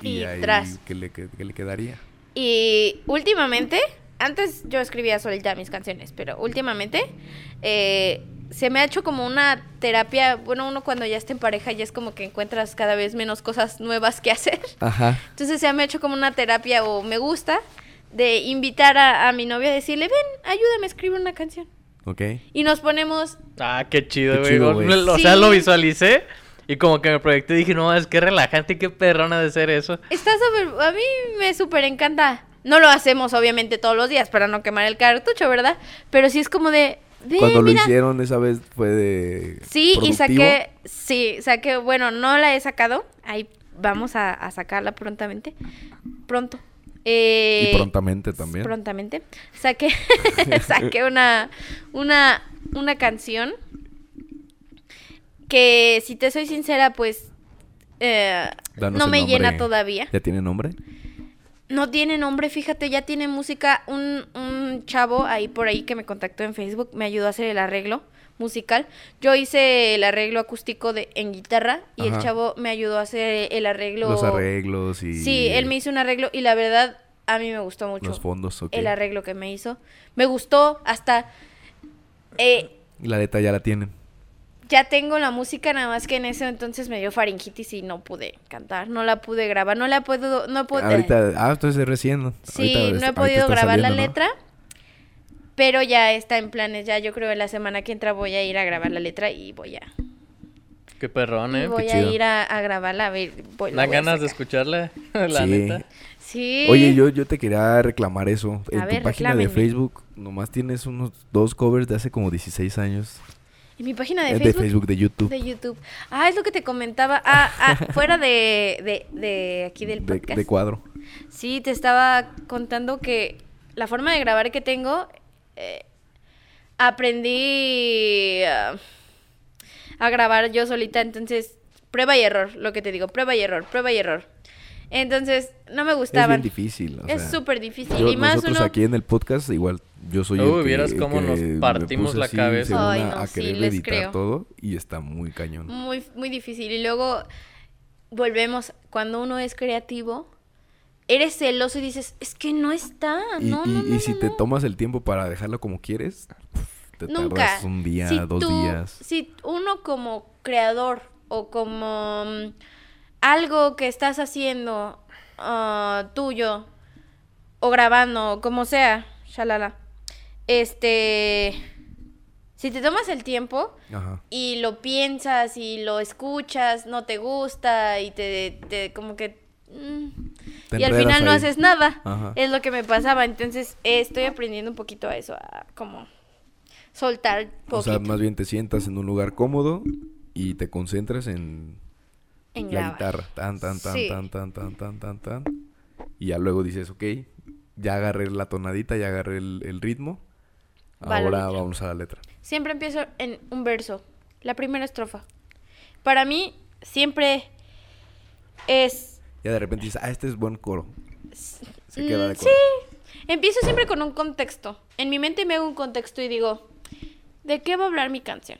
S1: Y,
S2: Y
S1: ahí,
S2: tras.
S1: ¿qué le, qué- qué le quedaría?
S2: Y últimamente, antes yo escribía solita mis canciones, pero últimamente eh, se me ha hecho como una terapia. Bueno, uno cuando ya está en pareja ya es como que encuentras cada vez menos cosas nuevas que hacer.
S1: Ajá.
S2: Entonces se me ha hecho como una terapia o me gusta de invitar a, a mi novia a decirle, ven, ayúdame a escribir una canción.
S1: ¿Ok?
S2: Y nos ponemos,
S3: Ah, qué chido,
S1: Qué
S3: güey.
S1: chido,
S3: O-
S1: güey.
S3: O sea, lo
S2: Sí.
S3: visualicé y como que me proyecté y dije, no, es que relajante y qué perrona de ser eso.
S2: está súper, a mí me súper encanta. No lo hacemos obviamente todos los días para no quemar el cartucho, ¿verdad? Pero sí es como de... "Ve,
S1: Cuando lo
S2: mira,
S1: hicieron esa vez fue de.
S2: Sí, y
S1: productivo.
S2: saqué, sí, saqué, bueno, no la he sacado, ahí vamos a, a sacarla prontamente, pronto. Eh,
S1: Y prontamente también.
S2: Prontamente. Saqué, saqué una, una, una canción que, si te soy sincera, pues eh,
S1: Danos
S2: no
S1: el
S2: me llena
S1: nombre.
S2: todavía.
S1: ¿Ya tiene nombre?
S2: No tiene nombre, fíjate, ya tiene música. Un, un chavo ahí por ahí que me contactó en Facebook me ayudó a hacer el arreglo musical. Yo hice el arreglo acústico de, en guitarra y el
S1: Ajá.
S2: chavo me ayudó a hacer el arreglo.
S1: Los arreglos y.
S2: Sí, él me hizo un arreglo y la verdad a mí me gustó mucho
S1: Los fondos, ok.
S2: el arreglo que me hizo. Me gustó hasta... eh,
S1: La letra ya la tienen.
S2: ya tengo la música, nada más que en ese entonces me dio faringitis y no pude cantar, no la pude grabar, no la puedo... No puedo
S1: Ahorita. Ah, entonces es recién.
S2: Sí,
S1: Ahorita-
S2: no he
S1: ahorita
S2: podido
S1: está
S2: grabar la
S1: saliendo, ¿no?
S2: letra. Pero ya está en planes, ya yo creo que la semana que entra voy a ir a grabar la letra y voy a,
S3: Qué perrón,
S2: y
S3: ¿eh?
S2: voy a
S1: chido.
S2: ir a, a grabarla. A ver, voy, la
S3: Dan
S2: voy a
S3: ganas de
S2: sacar.
S3: escucharla, la
S1: Sí.
S3: neta.
S2: Sí.
S1: Oye, yo, yo te quería reclamar eso. En
S2: A
S1: tu
S2: ver,
S1: página
S2: reclámenme.
S1: de Facebook nomás tienes unos dos covers de hace como 16 años.
S2: En mi página
S1: Eh,
S2: de
S1: De
S2: Facebook.
S1: Facebook, de, YouTube.
S2: De YouTube. Ah, es lo que te comentaba. Ah, ah, fuera de, de, de aquí del
S1: de,
S2: podcast.
S1: de cuadro.
S2: Sí, te estaba contando que la forma de grabar que tengo, eh, aprendí ah, a grabar yo solita, entonces prueba y error, lo que te digo, prueba y error, prueba y error. Entonces, no me
S1: Es bien
S2: gustaban.
S1: difícil. o
S2: Es
S1: sea,
S2: súper difícil.
S1: yo-
S2: y más
S1: nosotros
S2: uno...
S1: aquí en el podcast, igual yo soy
S3: Uy,
S1: el que,
S3: vieras cómo
S1: que
S3: nos
S1: me
S3: partimos
S1: puse
S3: la
S1: así,
S3: cabeza.
S1: según
S2: Ay,
S1: a-
S2: no,
S1: a
S2: sí,
S1: querer
S2: les
S1: editar
S2: creo.
S1: todo y está muy cañón.
S2: Muy, muy difícil. Y luego volvemos, cuando uno es creativo, eres celoso y dices, es que no está.
S1: y
S2: no,
S1: y-
S2: no,
S1: y
S2: no,
S1: si
S2: no,
S1: te
S2: no".
S1: tomas el tiempo para dejarlo como quieres, te
S2: Nunca.
S1: tardas un día,
S2: Si
S1: dos
S2: tú-
S1: días.
S2: Si uno como creador o como mm, algo que estás haciendo ah, tuyo o grabando, o como sea, shalala, este, si te tomas el tiempo,
S1: Ajá.
S2: y lo piensas y lo escuchas, no te gusta y te, te- como que... mm,
S1: Te
S2: y al
S1: enredas
S2: final no
S1: ahí.
S2: haces nada.
S1: Ajá.
S2: Es lo que me pasaba. Entonces eh, estoy aprendiendo un poquito a eso, a como soltar poquito
S1: O sea, más bien te sientas en un lugar cómodo y te concentras en
S2: en
S1: la
S2: grabar.
S1: guitarra. Tan, tan, tan,
S2: Sí.
S1: tan, tan, tan, tan, tan, tan. Y ya luego dices, ok, ya agarré la tonadita, ya agarré el, el ritmo.
S2: Va la
S1: Ahora
S2: letra.
S1: vamos a la letra.
S2: Siempre empiezo en un verso, la primera estrofa. Para mí siempre es...
S1: Ya de repente dices, ah, este es buen coro. Se
S2: mm,
S1: queda de
S2: sí.
S1: coro.
S2: Empiezo siempre con un contexto. En mi mente me hago un contexto y digo, ¿de qué va a hablar mi canción?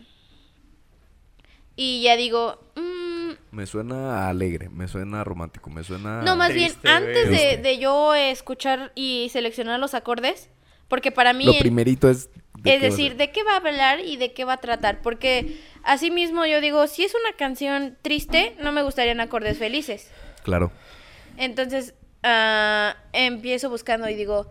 S2: Y ya digo, mm,
S1: Me suena alegre, me suena romántico, me suena...
S2: no, más bien,
S3: Triste,
S2: antes
S1: güey.
S2: de,
S1: Ah, Triste.
S2: de yo escuchar y seleccionar los acordes, porque para mí...
S1: Lo
S2: el-
S1: primerito es... ¿de
S2: es
S1: qué va a
S2: decir,
S1: ser?
S2: ¿de qué va a hablar y de qué va a tratar? Porque así mismo yo digo, si es una canción triste, no me gustarían acordes felices.
S1: Claro.
S2: Entonces, ah, empiezo buscando y digo,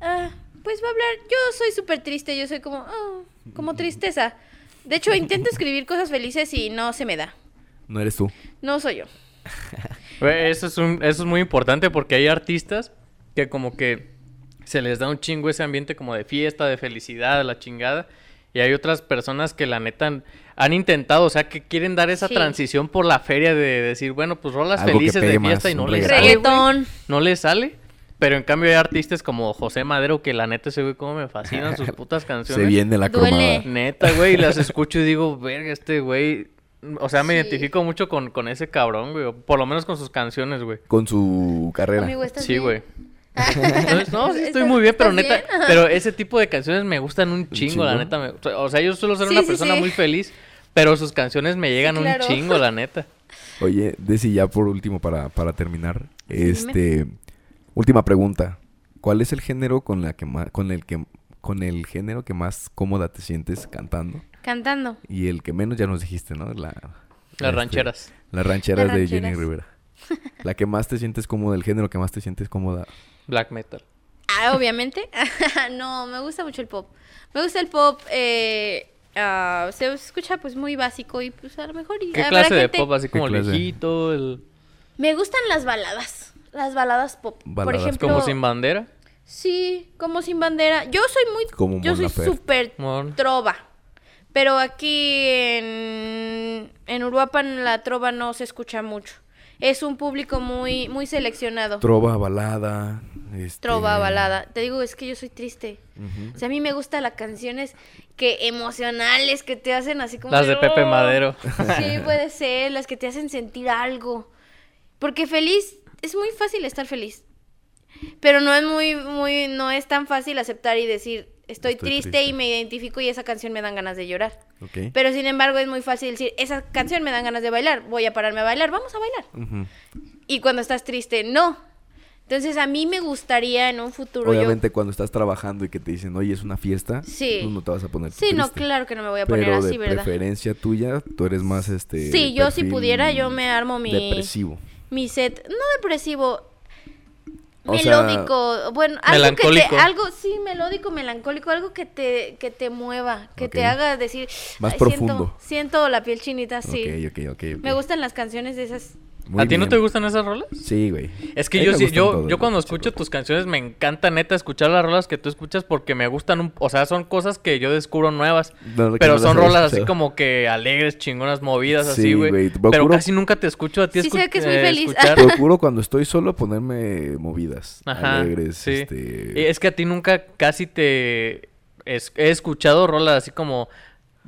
S2: ah, pues va a hablar, yo soy súper triste, yo soy como, ah, como tristeza. De hecho, intento escribir cosas felices y no se me da.
S1: No eres tú.
S2: No soy yo.
S3: Güey, Eso es, un- eso es muy importante porque hay artistas que como que se les da un chingo ese ambiente como de fiesta, de felicidad, la chingada. Y hay otras personas que la neta han, han intentado, o sea, que quieren dar esa
S2: Sí.
S3: transición por la feria de decir, bueno, pues rolas
S1: Algo que
S3: felices de
S1: pegue más,
S3: fiesta y
S1: un
S3: no les
S1: reggaetón.
S3: sale. güey.
S2: Reggaetón.
S3: No les sale. Pero en cambio hay artistas como José Madero que la neta ese güey como me fascinan sus putas
S1: Se
S3: canciones.
S1: viene la
S2: Duele.
S1: cromada.
S3: Neta, güey, las escucho y digo, verga, este güey. O sea,
S2: Sí.
S3: me identifico mucho con, con ese cabrón, güey. o Por lo menos con sus canciones, güey.
S1: Con su carrera.
S2: Amigo, ¿estás
S3: Sí,
S2: bien? Ah.
S3: güey. Entonces, no, sí estoy muy bien, pero
S2: ¿Estás
S3: neta,
S2: bien?
S3: pero ese tipo de canciones me gustan un chingo, la
S1: chingo.
S3: neta. me- o sea, yo suelo ser
S2: Sí,
S3: una
S2: sí,
S3: persona
S2: sí.
S3: muy feliz, pero sus canciones me llegan
S2: claro.
S3: un chingo, la neta.
S1: Oye, Desi, ya por último, para, para terminar, este, última pregunta. ¿Cuál es el género con la que más, con el que con el género que más cómoda te sientes cantando?
S2: Cantando.
S1: Y el que menos ya nos dijiste, ¿no? La, este,
S3: Las rancheras.
S1: Las rancheras
S2: Las
S1: de Jenny
S2: rancheras.
S1: Rivera. La que más te sientes cómoda, el género que más te sientes cómoda.
S3: Black metal.
S2: Ah, obviamente. no, me gusta mucho el pop. Me gusta el pop. Eh, ah, se escucha pues muy básico y pues a lo mejor... y
S3: ¿Qué
S2: habrá
S3: clase de
S2: gente-
S3: pop? Así
S1: ¿Qué
S3: como el
S1: clase?
S3: viejito, el...
S2: Me gustan las baladas. Las baladas pop.
S1: Baladas
S2: Por ejemplo,
S3: como sin bandera.
S2: Sí, como sin bandera. Yo soy muy.
S1: Como
S2: yo
S1: Mon
S2: soy
S1: Laferte.
S2: súper
S3: Mon.
S2: trova. Pero aquí en, en Uruapan la trova no se escucha mucho. Es un público muy, muy seleccionado.
S1: Trova, balada. este,
S2: Trova, balada. Te digo, es que yo soy triste.
S1: ujú.
S2: O sea, a mí me gustan las canciones que emocionales, que te hacen así como...
S3: Las de Pepe
S2: "Oh".
S3: Madero.
S2: Sí, puede ser, las que te hacen sentir algo. Porque feliz, es muy fácil estar feliz. Pero no es muy, muy, no es tan fácil aceptar y decir, estoy,
S1: Estoy
S2: triste,
S1: triste.
S2: y me identifico y esa canción me dan ganas de llorar.
S1: Ok.
S2: Pero sin embargo es muy fácil decir, esa canción me dan ganas de bailar, voy a pararme a bailar, vamos a bailar.
S1: Ujú.
S2: Y cuando estás triste, no. Entonces a mí me gustaría en un futuro... yo-
S1: Obviamente cuando estás trabajando y que te dicen, oye, es una fiesta,
S2: Sí.
S1: pues no te vas a poner
S2: Sí, no,
S1: triste.
S2: claro que no me voy a poner
S1: Pero
S2: así,
S1: de
S2: ¿verdad?
S1: preferencia tuya, tú eres más este.
S2: Sí, yo si
S1: perfil
S2: pudiera, yo me armo mi,
S1: Depresivo.
S2: mi set. No depresivo.
S1: O sea,
S2: melódico, bueno, algo que
S3: melancólico.
S2: te, algo, sí, melódico, melancólico, algo que te, que te mueva, que
S1: Ok.
S2: te haga decir,
S1: Más
S2: "Ay,
S1: profundo.
S2: Siento, siento la piel chinita, sí.
S1: Ok, ok, ok. ok.
S2: Me gustan las canciones de esas.
S1: Muy
S3: ¿A ti no
S1: bien.
S3: te gustan esas rolas?
S1: Sí, güey.
S3: Es que
S1: A mí
S3: yo
S1: me
S3: sí,
S1: gustan
S3: yo,
S1: todas,
S3: yo cuando
S1: güey,
S3: escucho
S1: chicos.
S3: tus canciones me encanta neta escuchar las rolas que tú escuchas porque me gustan, un, o sea, son cosas que yo descubro nuevas,
S1: No, que
S3: pero
S1: no las
S3: son
S1: había
S3: rolas así
S1: escuchado.
S3: como que alegres, chingonas, movidas,
S1: Sí,
S3: así,
S1: güey,
S3: güey.
S1: te
S3: Pero
S1: procuro-
S3: casi nunca te escucho a ti
S2: Sí,
S3: escu-
S2: sé que es muy
S3: eh,
S2: feliz.
S3: escuchar.
S1: Procuro cuando estoy solo ponerme movidas,
S3: Ajá,
S1: alegres,
S3: sí. Y
S1: este...
S3: Es que a ti nunca casi te es- he escuchado rolas así como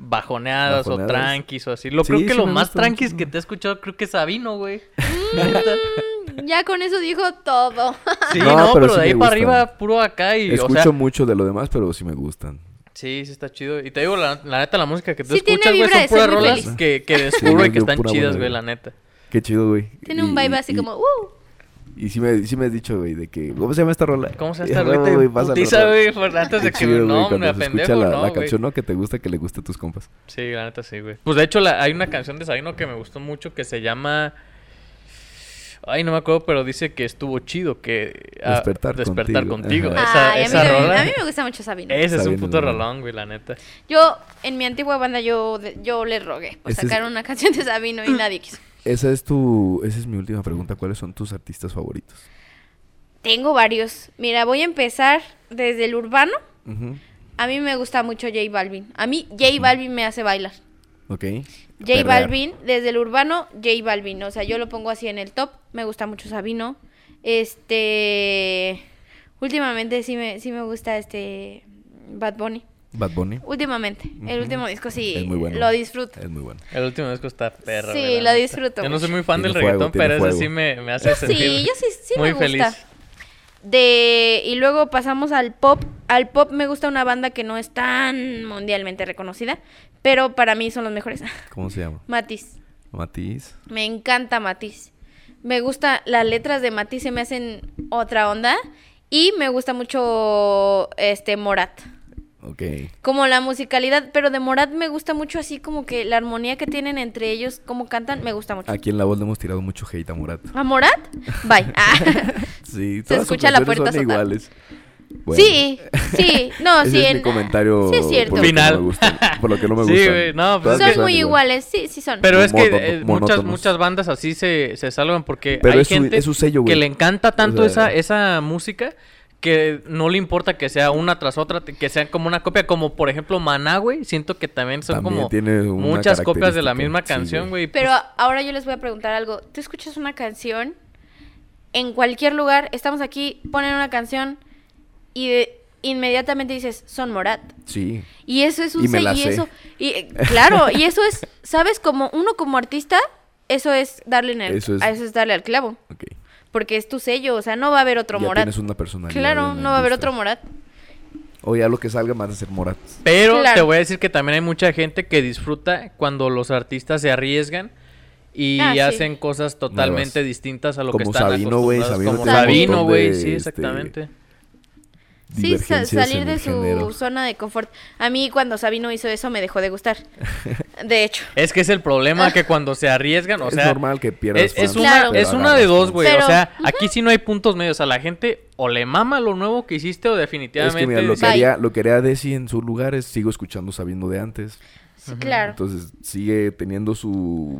S3: bajoneadas, o
S1: Bajoneadas.
S3: tranquis o así. Lo
S1: Sí,
S3: creo que
S1: sí
S3: lo
S1: me
S3: más
S1: gustan un
S3: tranquis
S1: chingo.
S3: que te he escuchado creo que es Sabino, güey. Neta.
S2: Mm, Ya con eso dijo todo.
S3: Sí,
S1: No,
S3: no,
S1: pero
S3: pero,
S1: sí
S3: de ahí
S1: me
S3: para
S1: gustan.
S3: arriba puro acá y
S1: Escucho
S3: o sea,
S1: mucho de lo demás, pero sí me gustan.
S3: Sí, sí está chido. Y te digo, la, la neta, la música que tú
S2: Sí tiene
S3: escuchas, güey,
S2: vibra
S3: son
S2: de ser
S3: puras
S2: muy
S3: rolas
S2: feliz.
S3: que, que descubro
S1: Sí,
S3: y que
S1: yo
S3: están
S1: pura
S3: chidas,
S1: buena
S3: güey,
S1: vibra.
S3: la neta.
S1: Qué chido, güey.
S2: Tiene
S1: Y-
S2: un vibe así
S1: y-
S2: como, uh.
S1: Y sí me, sí me has dicho, güey, de que... ¿Cómo se llama esta rola?
S3: ¿Cómo se
S1: Y,
S3: llama
S1: "Ah,
S3: esta rolita?
S1: güey,
S3: en
S1: pásala,
S3: putiza,
S1: rola".
S3: güey, por- antes de
S1: Qué
S3: que
S1: chido,
S3: me
S1: güey,
S3: no,
S1: cuando
S3: me
S1: se escucha
S3: pendejo,
S1: la,
S3: no,
S1: la
S3: güey.
S1: canción, ¿no? Que te gusta, que le gusta a tus compas.
S3: Sí, la neta sí, güey. Pues de hecho la- hay una canción de Sabino que me gustó mucho que se llama Ay, no me acuerdo, pero dice que estuvo chido que ah,
S1: Despertar
S3: despertar
S1: contigo.
S3: contigo.
S1: Ajá.
S2: Ay,
S3: Esa,
S2: a mí
S3: esa
S2: también- a, mí,
S3: rola.
S2: me gusta mucho Sabino.
S3: Ese es un
S1: Sabino,
S3: puto
S1: güey.
S3: rolón, güey, la neta.
S2: Yo, en mi antigua banda, yo, de- yo le rogué por
S1: Este es-
S2: sacar una canción de Sabino y nadie quiso.
S1: Esa es tu... Esa es mi última pregunta. ¿Cuáles son tus artistas favoritos?
S2: Tengo varios. Mira, voy a empezar desde el urbano.
S1: Ujú.
S2: A mí me gusta mucho J Balvin. A mí J Balvin me hace bailar.
S1: Ok.
S2: J
S1: Perrear.
S2: Balvin, desde el urbano, J Balvin. O sea, yo lo pongo así en el top. Me gusta mucho Sabino. Este. Últimamente sí me, sí me gusta este. Bad Bunny.
S1: Bad Bunny.
S2: Últimamente. El
S1: Ujú.
S2: último disco sí
S1: Es muy bueno.
S2: lo disfruto.
S1: Es muy bueno.
S3: El último disco está perro.
S2: Sí,
S3: güey,
S2: la
S3: neta.
S2: disfruto
S3: Yo no soy
S2: mucho.
S3: muy fan
S1: Tiene
S3: del
S1: fuego,
S3: reggaetón,
S1: tiene
S3: pero ese
S1: fuego.
S3: sí me, me hace
S2: Yo
S3: sentir
S2: sí, yo sí, sí
S3: muy
S2: me gusta.
S3: feliz.
S2: De y luego pasamos al pop. Al pop me gusta una banda que no es tan mundialmente reconocida, pero para mí son los mejores.
S1: ¿Cómo se llama?
S2: Matiz.
S1: Matiz.
S2: Me encanta Matiz. Me gusta las letras de Matiz, se me hacen otra onda y me gusta mucho este Morat.
S1: Ok.
S2: Como la musicalidad, pero de Morat me gusta mucho así como que la armonía que tienen entre ellos, cómo cantan, me gusta mucho.
S1: Aquí en la voz le hemos tirado mucho hate a Morat.
S2: ¿A Morat? Bye. Ah.
S1: Sí,
S2: Se
S1: todas sus
S2: escucha la
S1: canciones
S2: puerta
S1: son
S2: sonar.
S1: iguales. Bueno,
S2: Sí, sí, no,
S1: ese
S2: sí.
S1: es
S2: en-
S1: mi comentario
S2: Sí, es cierto.
S1: Por lo
S3: Final.
S1: Que no me gustan, por lo que no me
S3: Sí,
S1: gustan.
S3: güey, no,
S1: Todas
S3: pues es que-
S2: Son
S1: suenan
S2: muy
S1: igual.
S2: iguales, sí, sí son.
S3: Pero es que
S1: Monótono-
S3: eh, muchas,
S1: monótonos.
S3: muchas bandas así se, se salvan porque
S1: Pero
S3: hay
S1: es su-
S3: gente
S1: es su sello, güey.
S3: que le encanta tanto
S1: O sea-
S3: esa, esa música que no le importa que sea una tras otra, que sean como una copia, como por ejemplo Maná, güey. Siento que también son
S1: También
S3: como
S1: tiene una
S3: muchas copias de la
S1: característica,
S3: misma
S1: sí, pues.
S3: canción, güey. pues,
S2: Pero a- ahora yo les voy a preguntar algo. Tú escuchas una canción en cualquier lugar, estamos aquí, ponen una canción y de- inmediatamente dices, son Morat.
S1: Sí.
S2: Y eso es un
S1: Y me
S2: se-
S1: la
S2: y
S1: sé.
S2: eso y eh, claro, y eso es, ¿sabes? Como uno como artista, eso es darle en el-
S1: Eso es-
S2: a eso es darle al clavo,
S1: Ok.
S2: porque es tu sello, o sea, no va a haber otro
S1: ya
S2: Morat.
S1: tienes una personalidad.
S2: Claro, no va a haber otro Morat.
S1: Morat. O ya lo que salga más a ser Morat.
S3: Pero
S2: Claro.
S3: te voy a decir que también hay mucha gente que disfruta cuando los artistas se arriesgan y
S2: Ah, sí.
S3: hacen cosas totalmente distintas a lo que
S1: Como
S3: están
S1: Sabino, güey,
S3: acostumbrados,
S1: Sabino
S3: como
S2: tiene un
S3: Sabino,
S1: montón
S3: güey,
S1: de,
S3: sí,
S1: este,
S3: exactamente.
S2: Sí, sa-
S1: Divergencias
S2: salir
S1: en
S2: de
S1: el
S2: su
S1: género.
S2: zona de confort. A mí cuando Sabino hizo eso me dejó de gustar. De hecho.
S3: Es que es el problema que cuando se arriesgan, o
S1: es
S3: sea,
S1: normal que pierdas
S3: es, es
S1: fans,
S2: un-
S3: una,
S2: Ah. Claro.
S1: pero
S3: es una
S1: agarras
S3: de dos,
S1: fans.
S3: güey.
S2: Pero,
S3: o sea, aquí sí no hay puntos medios. A la gente o le mama lo nuevo que hiciste o
S1: Es
S3: definitivamente...
S1: que mira, lo que,
S2: Bye.
S1: haría, lo que haría Desi en su lugar es sigo escuchando sabiendo de antes.
S2: Sí, claro.
S1: Entonces sigue teniendo su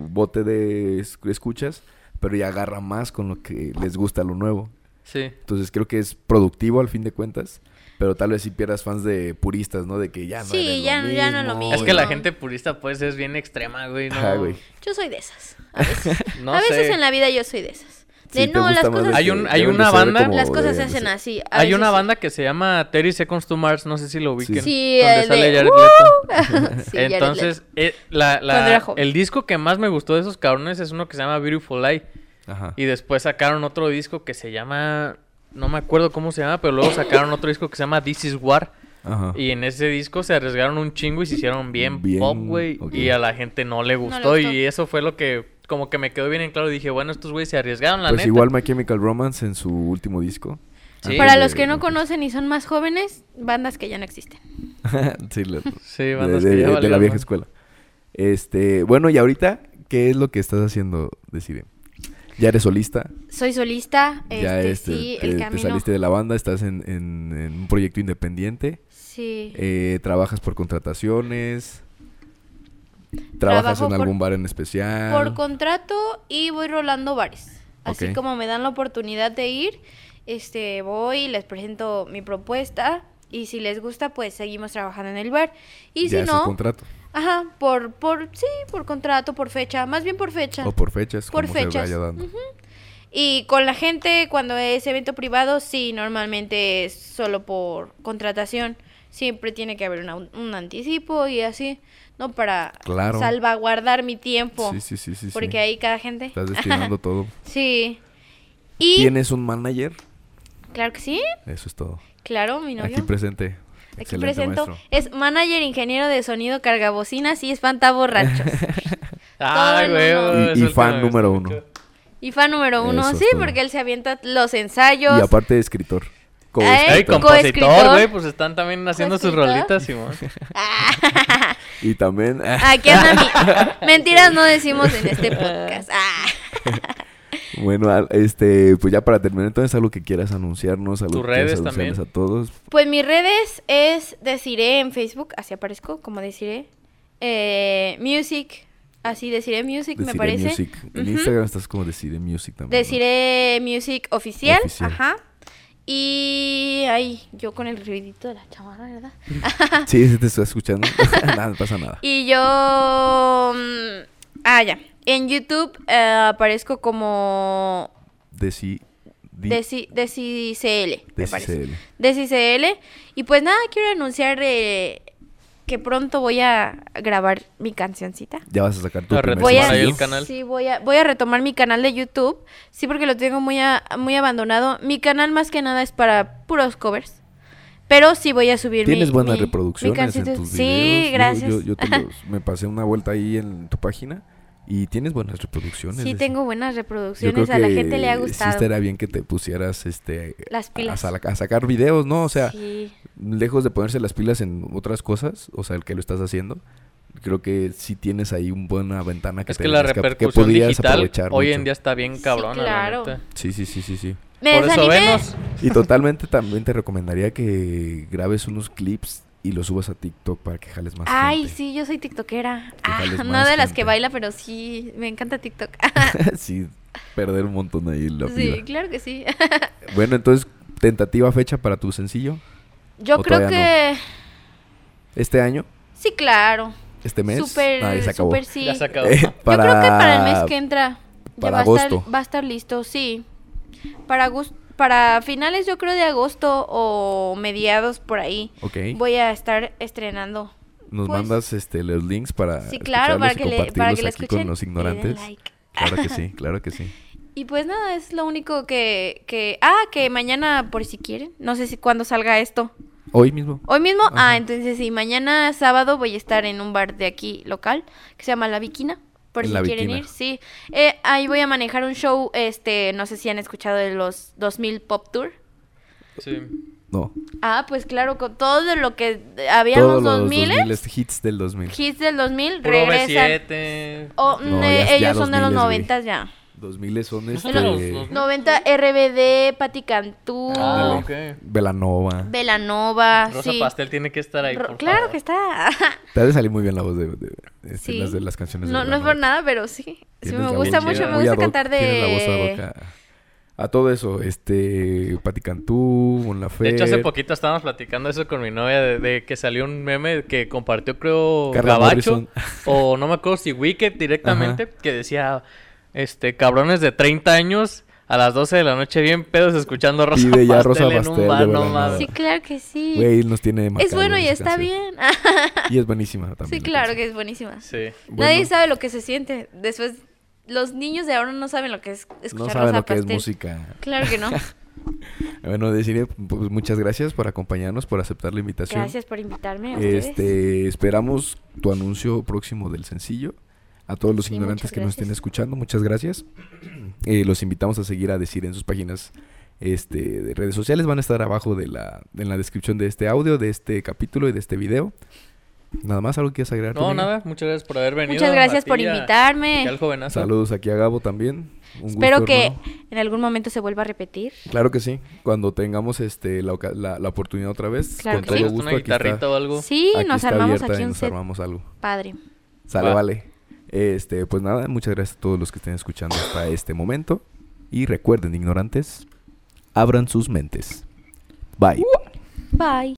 S1: bote de es- escuchas, pero ya agarra más con lo que les gusta lo nuevo.
S3: Sí.
S1: Entonces creo que es productivo al fin de cuentas, pero tal vez si pierdas fans de puristas, ¿no? De que ya no
S2: Sí,
S1: eres
S2: ya-
S1: lo
S2: ya no es lo
S1: mismo,
S2: mismo.
S3: Es que la
S2: no.
S3: gente purista pues es bien extrema, güey. No,
S1: Ajá, güey.
S2: Yo soy de esas. A veces,
S3: no
S2: a veces
S3: sé.
S2: en la vida yo soy de esas. De
S1: Sí, te
S2: no,
S1: gusta
S2: las
S1: más de
S2: cosas,
S3: Hay
S1: que
S3: un- hay
S1: deben de
S3: una
S1: ser
S3: banda-
S1: como
S2: las cosas se
S1: deben de pues,
S2: hacen
S1: ser.
S2: así. a
S3: Hay
S2: veces
S3: una
S2: sí.
S3: banda que se llama 30 Seconds to Mars, no sé si lo ubiquen.
S2: Sí,
S3: donde
S2: eh,
S3: sale
S2: de-
S3: Jared
S2: ¡Uh!
S3: Leto.
S2: Sí, Jared Leto.
S3: Entonces, eh, la- la-
S2: Cuando era joven.
S3: el disco que más me gustó de esos cabrones es uno que se llama Beautiful Lie.
S1: Ajá.
S3: Y después sacaron otro disco que se llama... No me acuerdo cómo se llama, pero luego sacaron otro disco que se llama This Is War.
S1: Ajá.
S3: Y en ese disco se arriesgaron un chingo y se hicieron bien,
S1: Bien,
S3: pop, güey.
S1: ok.
S3: Y a la gente no le gustó.
S2: gustó.
S3: Y eso fue lo que como que me quedó bien en claro. Dije, bueno, estos güeyes se arriesgaron, la
S1: Pues
S3: neta.
S1: igual My Chemical Romance en su último disco.
S3: Sí.
S2: Para
S1: Antes
S2: los
S1: de-
S2: que no conocen y son más jóvenes, bandas que ya no existen.
S1: sí, la-
S3: Sí,
S1: de,
S3: bandas
S1: de-
S3: que
S1: de
S3: ya
S1: la
S3: valieron,
S1: vieja
S3: ¿no?
S1: escuela. Este, bueno, y ahorita, ¿qué es lo que estás haciendo? Decide. Ya eres solista,
S2: Soy solista,
S1: ya
S2: este,
S1: este,
S2: sí,
S1: te,
S2: el
S1: te
S2: camino.
S1: saliste de la banda, estás en, en- en un proyecto independiente,
S2: Sí.
S1: eh, trabajas por contrataciones, trabajas
S2: Trabajo
S1: en
S2: por-
S1: algún bar en especial.
S2: Por contrato y voy rolando bares. Así
S1: ah. Ok.
S2: como me dan la oportunidad de ir, este voy, les presento mi propuesta y si les gusta, pues seguimos trabajando en el bar. Y
S1: ya
S2: si
S1: es el
S2: no,
S1: contrato.
S2: ajá, por por sí, por contrato, por fecha, más bien por fecha.
S1: O por fechas,
S2: Por
S1: como se
S2: fechas.
S1: vaya dando.
S2: Ujú. Y con la gente, cuando es evento privado, sí, normalmente es solo por contratación. Siempre tiene que haber una- un anticipo y así, ¿no? Para
S1: Claro.
S2: salvaguardar mi tiempo.
S1: Sí, sí, sí, sí. sí.
S2: porque ahí cada gente.
S1: Estás destinando todo.
S2: sí. Y.
S1: ¿Tienes un manager?
S2: Claro que sí.
S1: Eso es todo.
S2: Claro, mi novio.
S1: Aquí presente.
S2: Aquí
S1: Excelente,
S2: presento.
S1: maestro.
S2: Es manager, ingeniero de sonido, cargabocinas y espanta borrachos.
S3: Ay,
S2: Todo
S3: güey.
S2: en uno.
S1: Y- y
S3: eso es
S1: fan
S3: lo que me
S1: número
S3: gusta
S1: uno.
S3: mucho.
S2: y fan número uno,
S1: Eso es
S2: sí,
S1: todo.
S2: porque él se avienta los ensayos.
S1: Y aparte de escritor.
S2: Ay,
S3: Ey,
S1: Co-escritor.
S3: compositor,
S2: coescritor.
S3: güey, pues están también haciendo sus
S2: Coescritor.
S3: rolitas, Simón.
S2: Ah.
S1: Y también. ah,
S2: Aquí anda mi... Mentiras no decimos en este podcast. Ah.
S1: Bueno, al- este, pues ya para terminar, entonces algo que quieras anunciarnos, algo
S3: Tus
S1: que quieras
S3: redes
S1: anunciarles
S3: también.
S1: a todos.
S2: Pues mis redes es Deciré en Facebook, así aparezco, como Deciré. Eh, music, así Deciré Music, me
S1: Deciré
S2: parece.
S1: Music. En
S2: Ujú.
S1: Instagram estás como Deciré Music también. ¿no?
S2: Deciré Music oficial,
S1: Oficial.
S2: ajá. Y ay, yo con el ruidito de la chamarra, ¿verdad?
S1: Sí, sí, te estoy escuchando. nada, no pasa nada.
S2: Y yo... mm, ah, ya. En YouTube eh, aparezco como
S1: Deci. di-
S2: Deci- DeciCL, me parece.
S1: DeciCL.
S2: de CCL. Y pues nada, quiero anunciar eh, que pronto voy a grabar mi cancioncita.
S1: Ya vas a sacar tu
S3: Lo
S1: primer
S2: Voy a,
S3: ahí
S1: sencillo.
S3: el canal.
S2: Sí, voy a, voy a retomar mi canal de YouTube. Sí, porque lo tengo muy, a- muy abandonado. Mi canal más que nada es para puros covers. Pero sí voy a subir mi-
S1: Tienes buenas
S2: mi- mi
S1: reproducciones en
S2: cancioncita.
S1: tus
S2: Sí,
S1: videos. Yo-
S2: gracias.
S1: Yo, yo te los- me pasé una vuelta ahí en tu página y tienes buenas reproducciones.
S2: sí,
S1: es-
S2: tengo buenas
S1: Yo creo
S2: reproducciones. A la gente le ha
S1: que
S2: gustado.
S1: Sí estaría bien que te pusieras este
S2: Las
S1: a-
S2: pilas.
S1: A, sa- a sacar videos, ¿no? O sea,
S2: Sí.
S1: lejos de ponerse las pilas en otras cosas, o sea, el que lo estás haciendo, creo que sí tienes ahí una buena ventana que
S3: Es que la
S1: tendrías
S3: repercusión
S1: podrías
S3: digital hoy
S1: mucho.
S3: en día está bien cabrona, la
S2: claro.
S3: neta.
S1: Sí, sí, sí, sí, sí.
S2: Me
S3: Por eso
S2: desanimé.
S3: venos.
S1: Y totalmente también te recomendaría que grabes unos clips y los subas a TikTok para que jales más
S2: Ay,
S1: gente.
S2: sí, yo soy tiktokera.
S1: Que jales
S2: Ah, no
S1: más
S2: de las que
S1: gente.
S2: baila, pero sí, me encanta TikTok.
S1: sí, perder un montón ahí la vida.
S2: sí, claro que sí.
S1: Bueno, entonces, tentativa fecha para tu sencillo
S2: Yo
S1: ¿O
S2: creo
S1: todavía
S2: que
S1: este año,
S2: sí, claro.
S1: este mes.
S2: Súper,
S1: Ahí se acabó.
S2: súper sí.
S3: Ya se acabó.
S1: Eh,
S2: Yo creo que para el mes que entra ya
S1: para
S2: va, A
S1: agosto.
S2: estar, va a estar listo, sí. Para agosto, para finales yo creo de agosto o mediados por ahí
S1: Ok.
S2: voy a estar estrenando.
S1: Nos
S2: pues-
S1: mandas este, los links para.
S2: sí, claro, para que
S1: escucharlos y
S2: le para que
S1: compartirlos
S2: le
S1: aquí
S2: escuchen.
S1: con los
S2: y den
S1: ignorantes.
S2: like.
S1: Claro que sí, claro que sí.
S2: Y pues nada, es lo único que, que... Ah, que mañana, por si quieren, no sé si cuándo salga esto.
S1: Hoy mismo.
S2: Hoy mismo,
S1: Ajá.
S2: ah, entonces sí, mañana sábado voy a estar en un bar de aquí local que se llama La Viquina. Por si
S1: La
S2: quieren
S1: Viquina.
S2: ir, sí. Eh, ahí voy a manejar un show, este, no sé si han escuchado de los 2000 Pop Tour.
S3: Sí.
S1: No.
S2: Ah, pues claro, con todo lo que había en
S1: Todos
S2: los
S1: los
S2: 2000,
S1: 2000 hits del 2000.
S2: hits del 2000,
S3: Puro
S2: regresan.
S3: B7.
S2: O, mm,
S1: No,
S2: eh,
S1: ya- ya
S2: ellos son de los
S1: 2000s, güey.
S2: 90 ya.
S1: 2000 son este.
S3: los- los-
S2: 90 RBD, Pati Cantú,
S3: Ah,
S1: Ándale.
S3: ok.
S1: Velanova.
S2: Velanova,
S3: Rosa
S2: Ah, sí.
S3: Pastel tiene que estar ahí,
S2: Ro-
S3: por
S2: claro
S3: favor.
S2: que está.
S1: Te ha de salir muy bien la voz de, de- este,
S2: Sí.
S1: las, de las canciones de pues
S2: No, no es
S1: Velanova.
S2: por nada, pero sí. Sí,
S1: Tienes
S2: me
S1: la
S2: gusta
S1: voz
S2: mucho, me
S1: muy
S2: gusta
S1: ad hoc,
S2: cantar de...
S1: tienes la voz ad hoc a, a todo eso, este, Pati Cantú, Mon Laferte.
S3: De hecho, hace poquito estábamos platicando eso con mi novia de, de que salió un meme que compartió, creo,
S1: Carla
S3: Gabacho.
S1: Morrison.
S3: O no me acuerdo si Wicked directamente, que decía, este, cabrones de 30 años a las 12 de la noche bien pedos escuchando Rosa
S1: Pide ya
S3: Pastel
S1: Rosa
S3: en
S1: Pastel de
S3: un bar, no
S1: Velanova.
S3: mames.
S2: Sí, claro que sí.
S1: Güey, nos tiene
S2: es
S1: marcados
S2: bueno y
S1: esa
S2: está
S1: canción.
S2: bien.
S1: Y es buenísima también.
S2: sí,
S1: la
S2: claro
S1: canción.
S2: que es buenísima.
S3: Sí.
S2: Nadie
S1: Bueno.
S2: sabe lo que se siente. Después, los niños de ahora no saben lo que es
S1: No
S2: escuchar
S1: saben
S2: Rosa
S1: lo que es
S2: Pastel.
S1: música.
S2: Claro que no.
S1: Bueno, decirle pues, muchas gracias por acompañarnos, por aceptar la invitación.
S2: Gracias por invitarme. A ustedes.
S1: Este, esperamos tu anuncio próximo del sencillo. A todos los
S2: Sí,
S1: ignorantes
S2: muchas
S1: que nos estén
S2: gracias.
S1: escuchando, muchas gracias. Eh, los invitamos a seguir a decir en sus páginas este, de redes sociales. Van a estar abajo de la, en la descripción de este audio, de este capítulo y de este video. Nada más algo que quieras agregar. tú,
S3: No,
S1: amiga?
S3: nada, muchas gracias por haber venido.
S2: Muchas gracias
S3: a ti
S2: por
S3: y a-
S2: invitarme.
S3: y al jovenazo.
S1: Saludos aquí a Gabo también. Un
S2: Espero
S1: gusto,
S2: que
S1: hermano.
S2: en algún momento se vuelva a repetir.
S1: Claro que sí. Cuando tengamos este la, oca- la- la oportunidad otra vez,
S2: Claro
S1: con
S2: que sí.
S1: todo
S3: Una
S1: gusto aquí
S3: guitarrita
S1: está.
S3: o algo.
S2: Sí,
S1: aquí
S2: nos
S1: está
S2: armamos
S1: abierta
S2: aquí
S1: y
S2: un
S1: nos
S2: set
S1: armamos algo.
S2: padre.
S1: Sale,
S3: Va.
S1: vale. Este, pues nada, muchas gracias a todos los que estén escuchando hasta este momento y recuerden, ignorantes, abran sus mentes. Bye.
S2: Bye.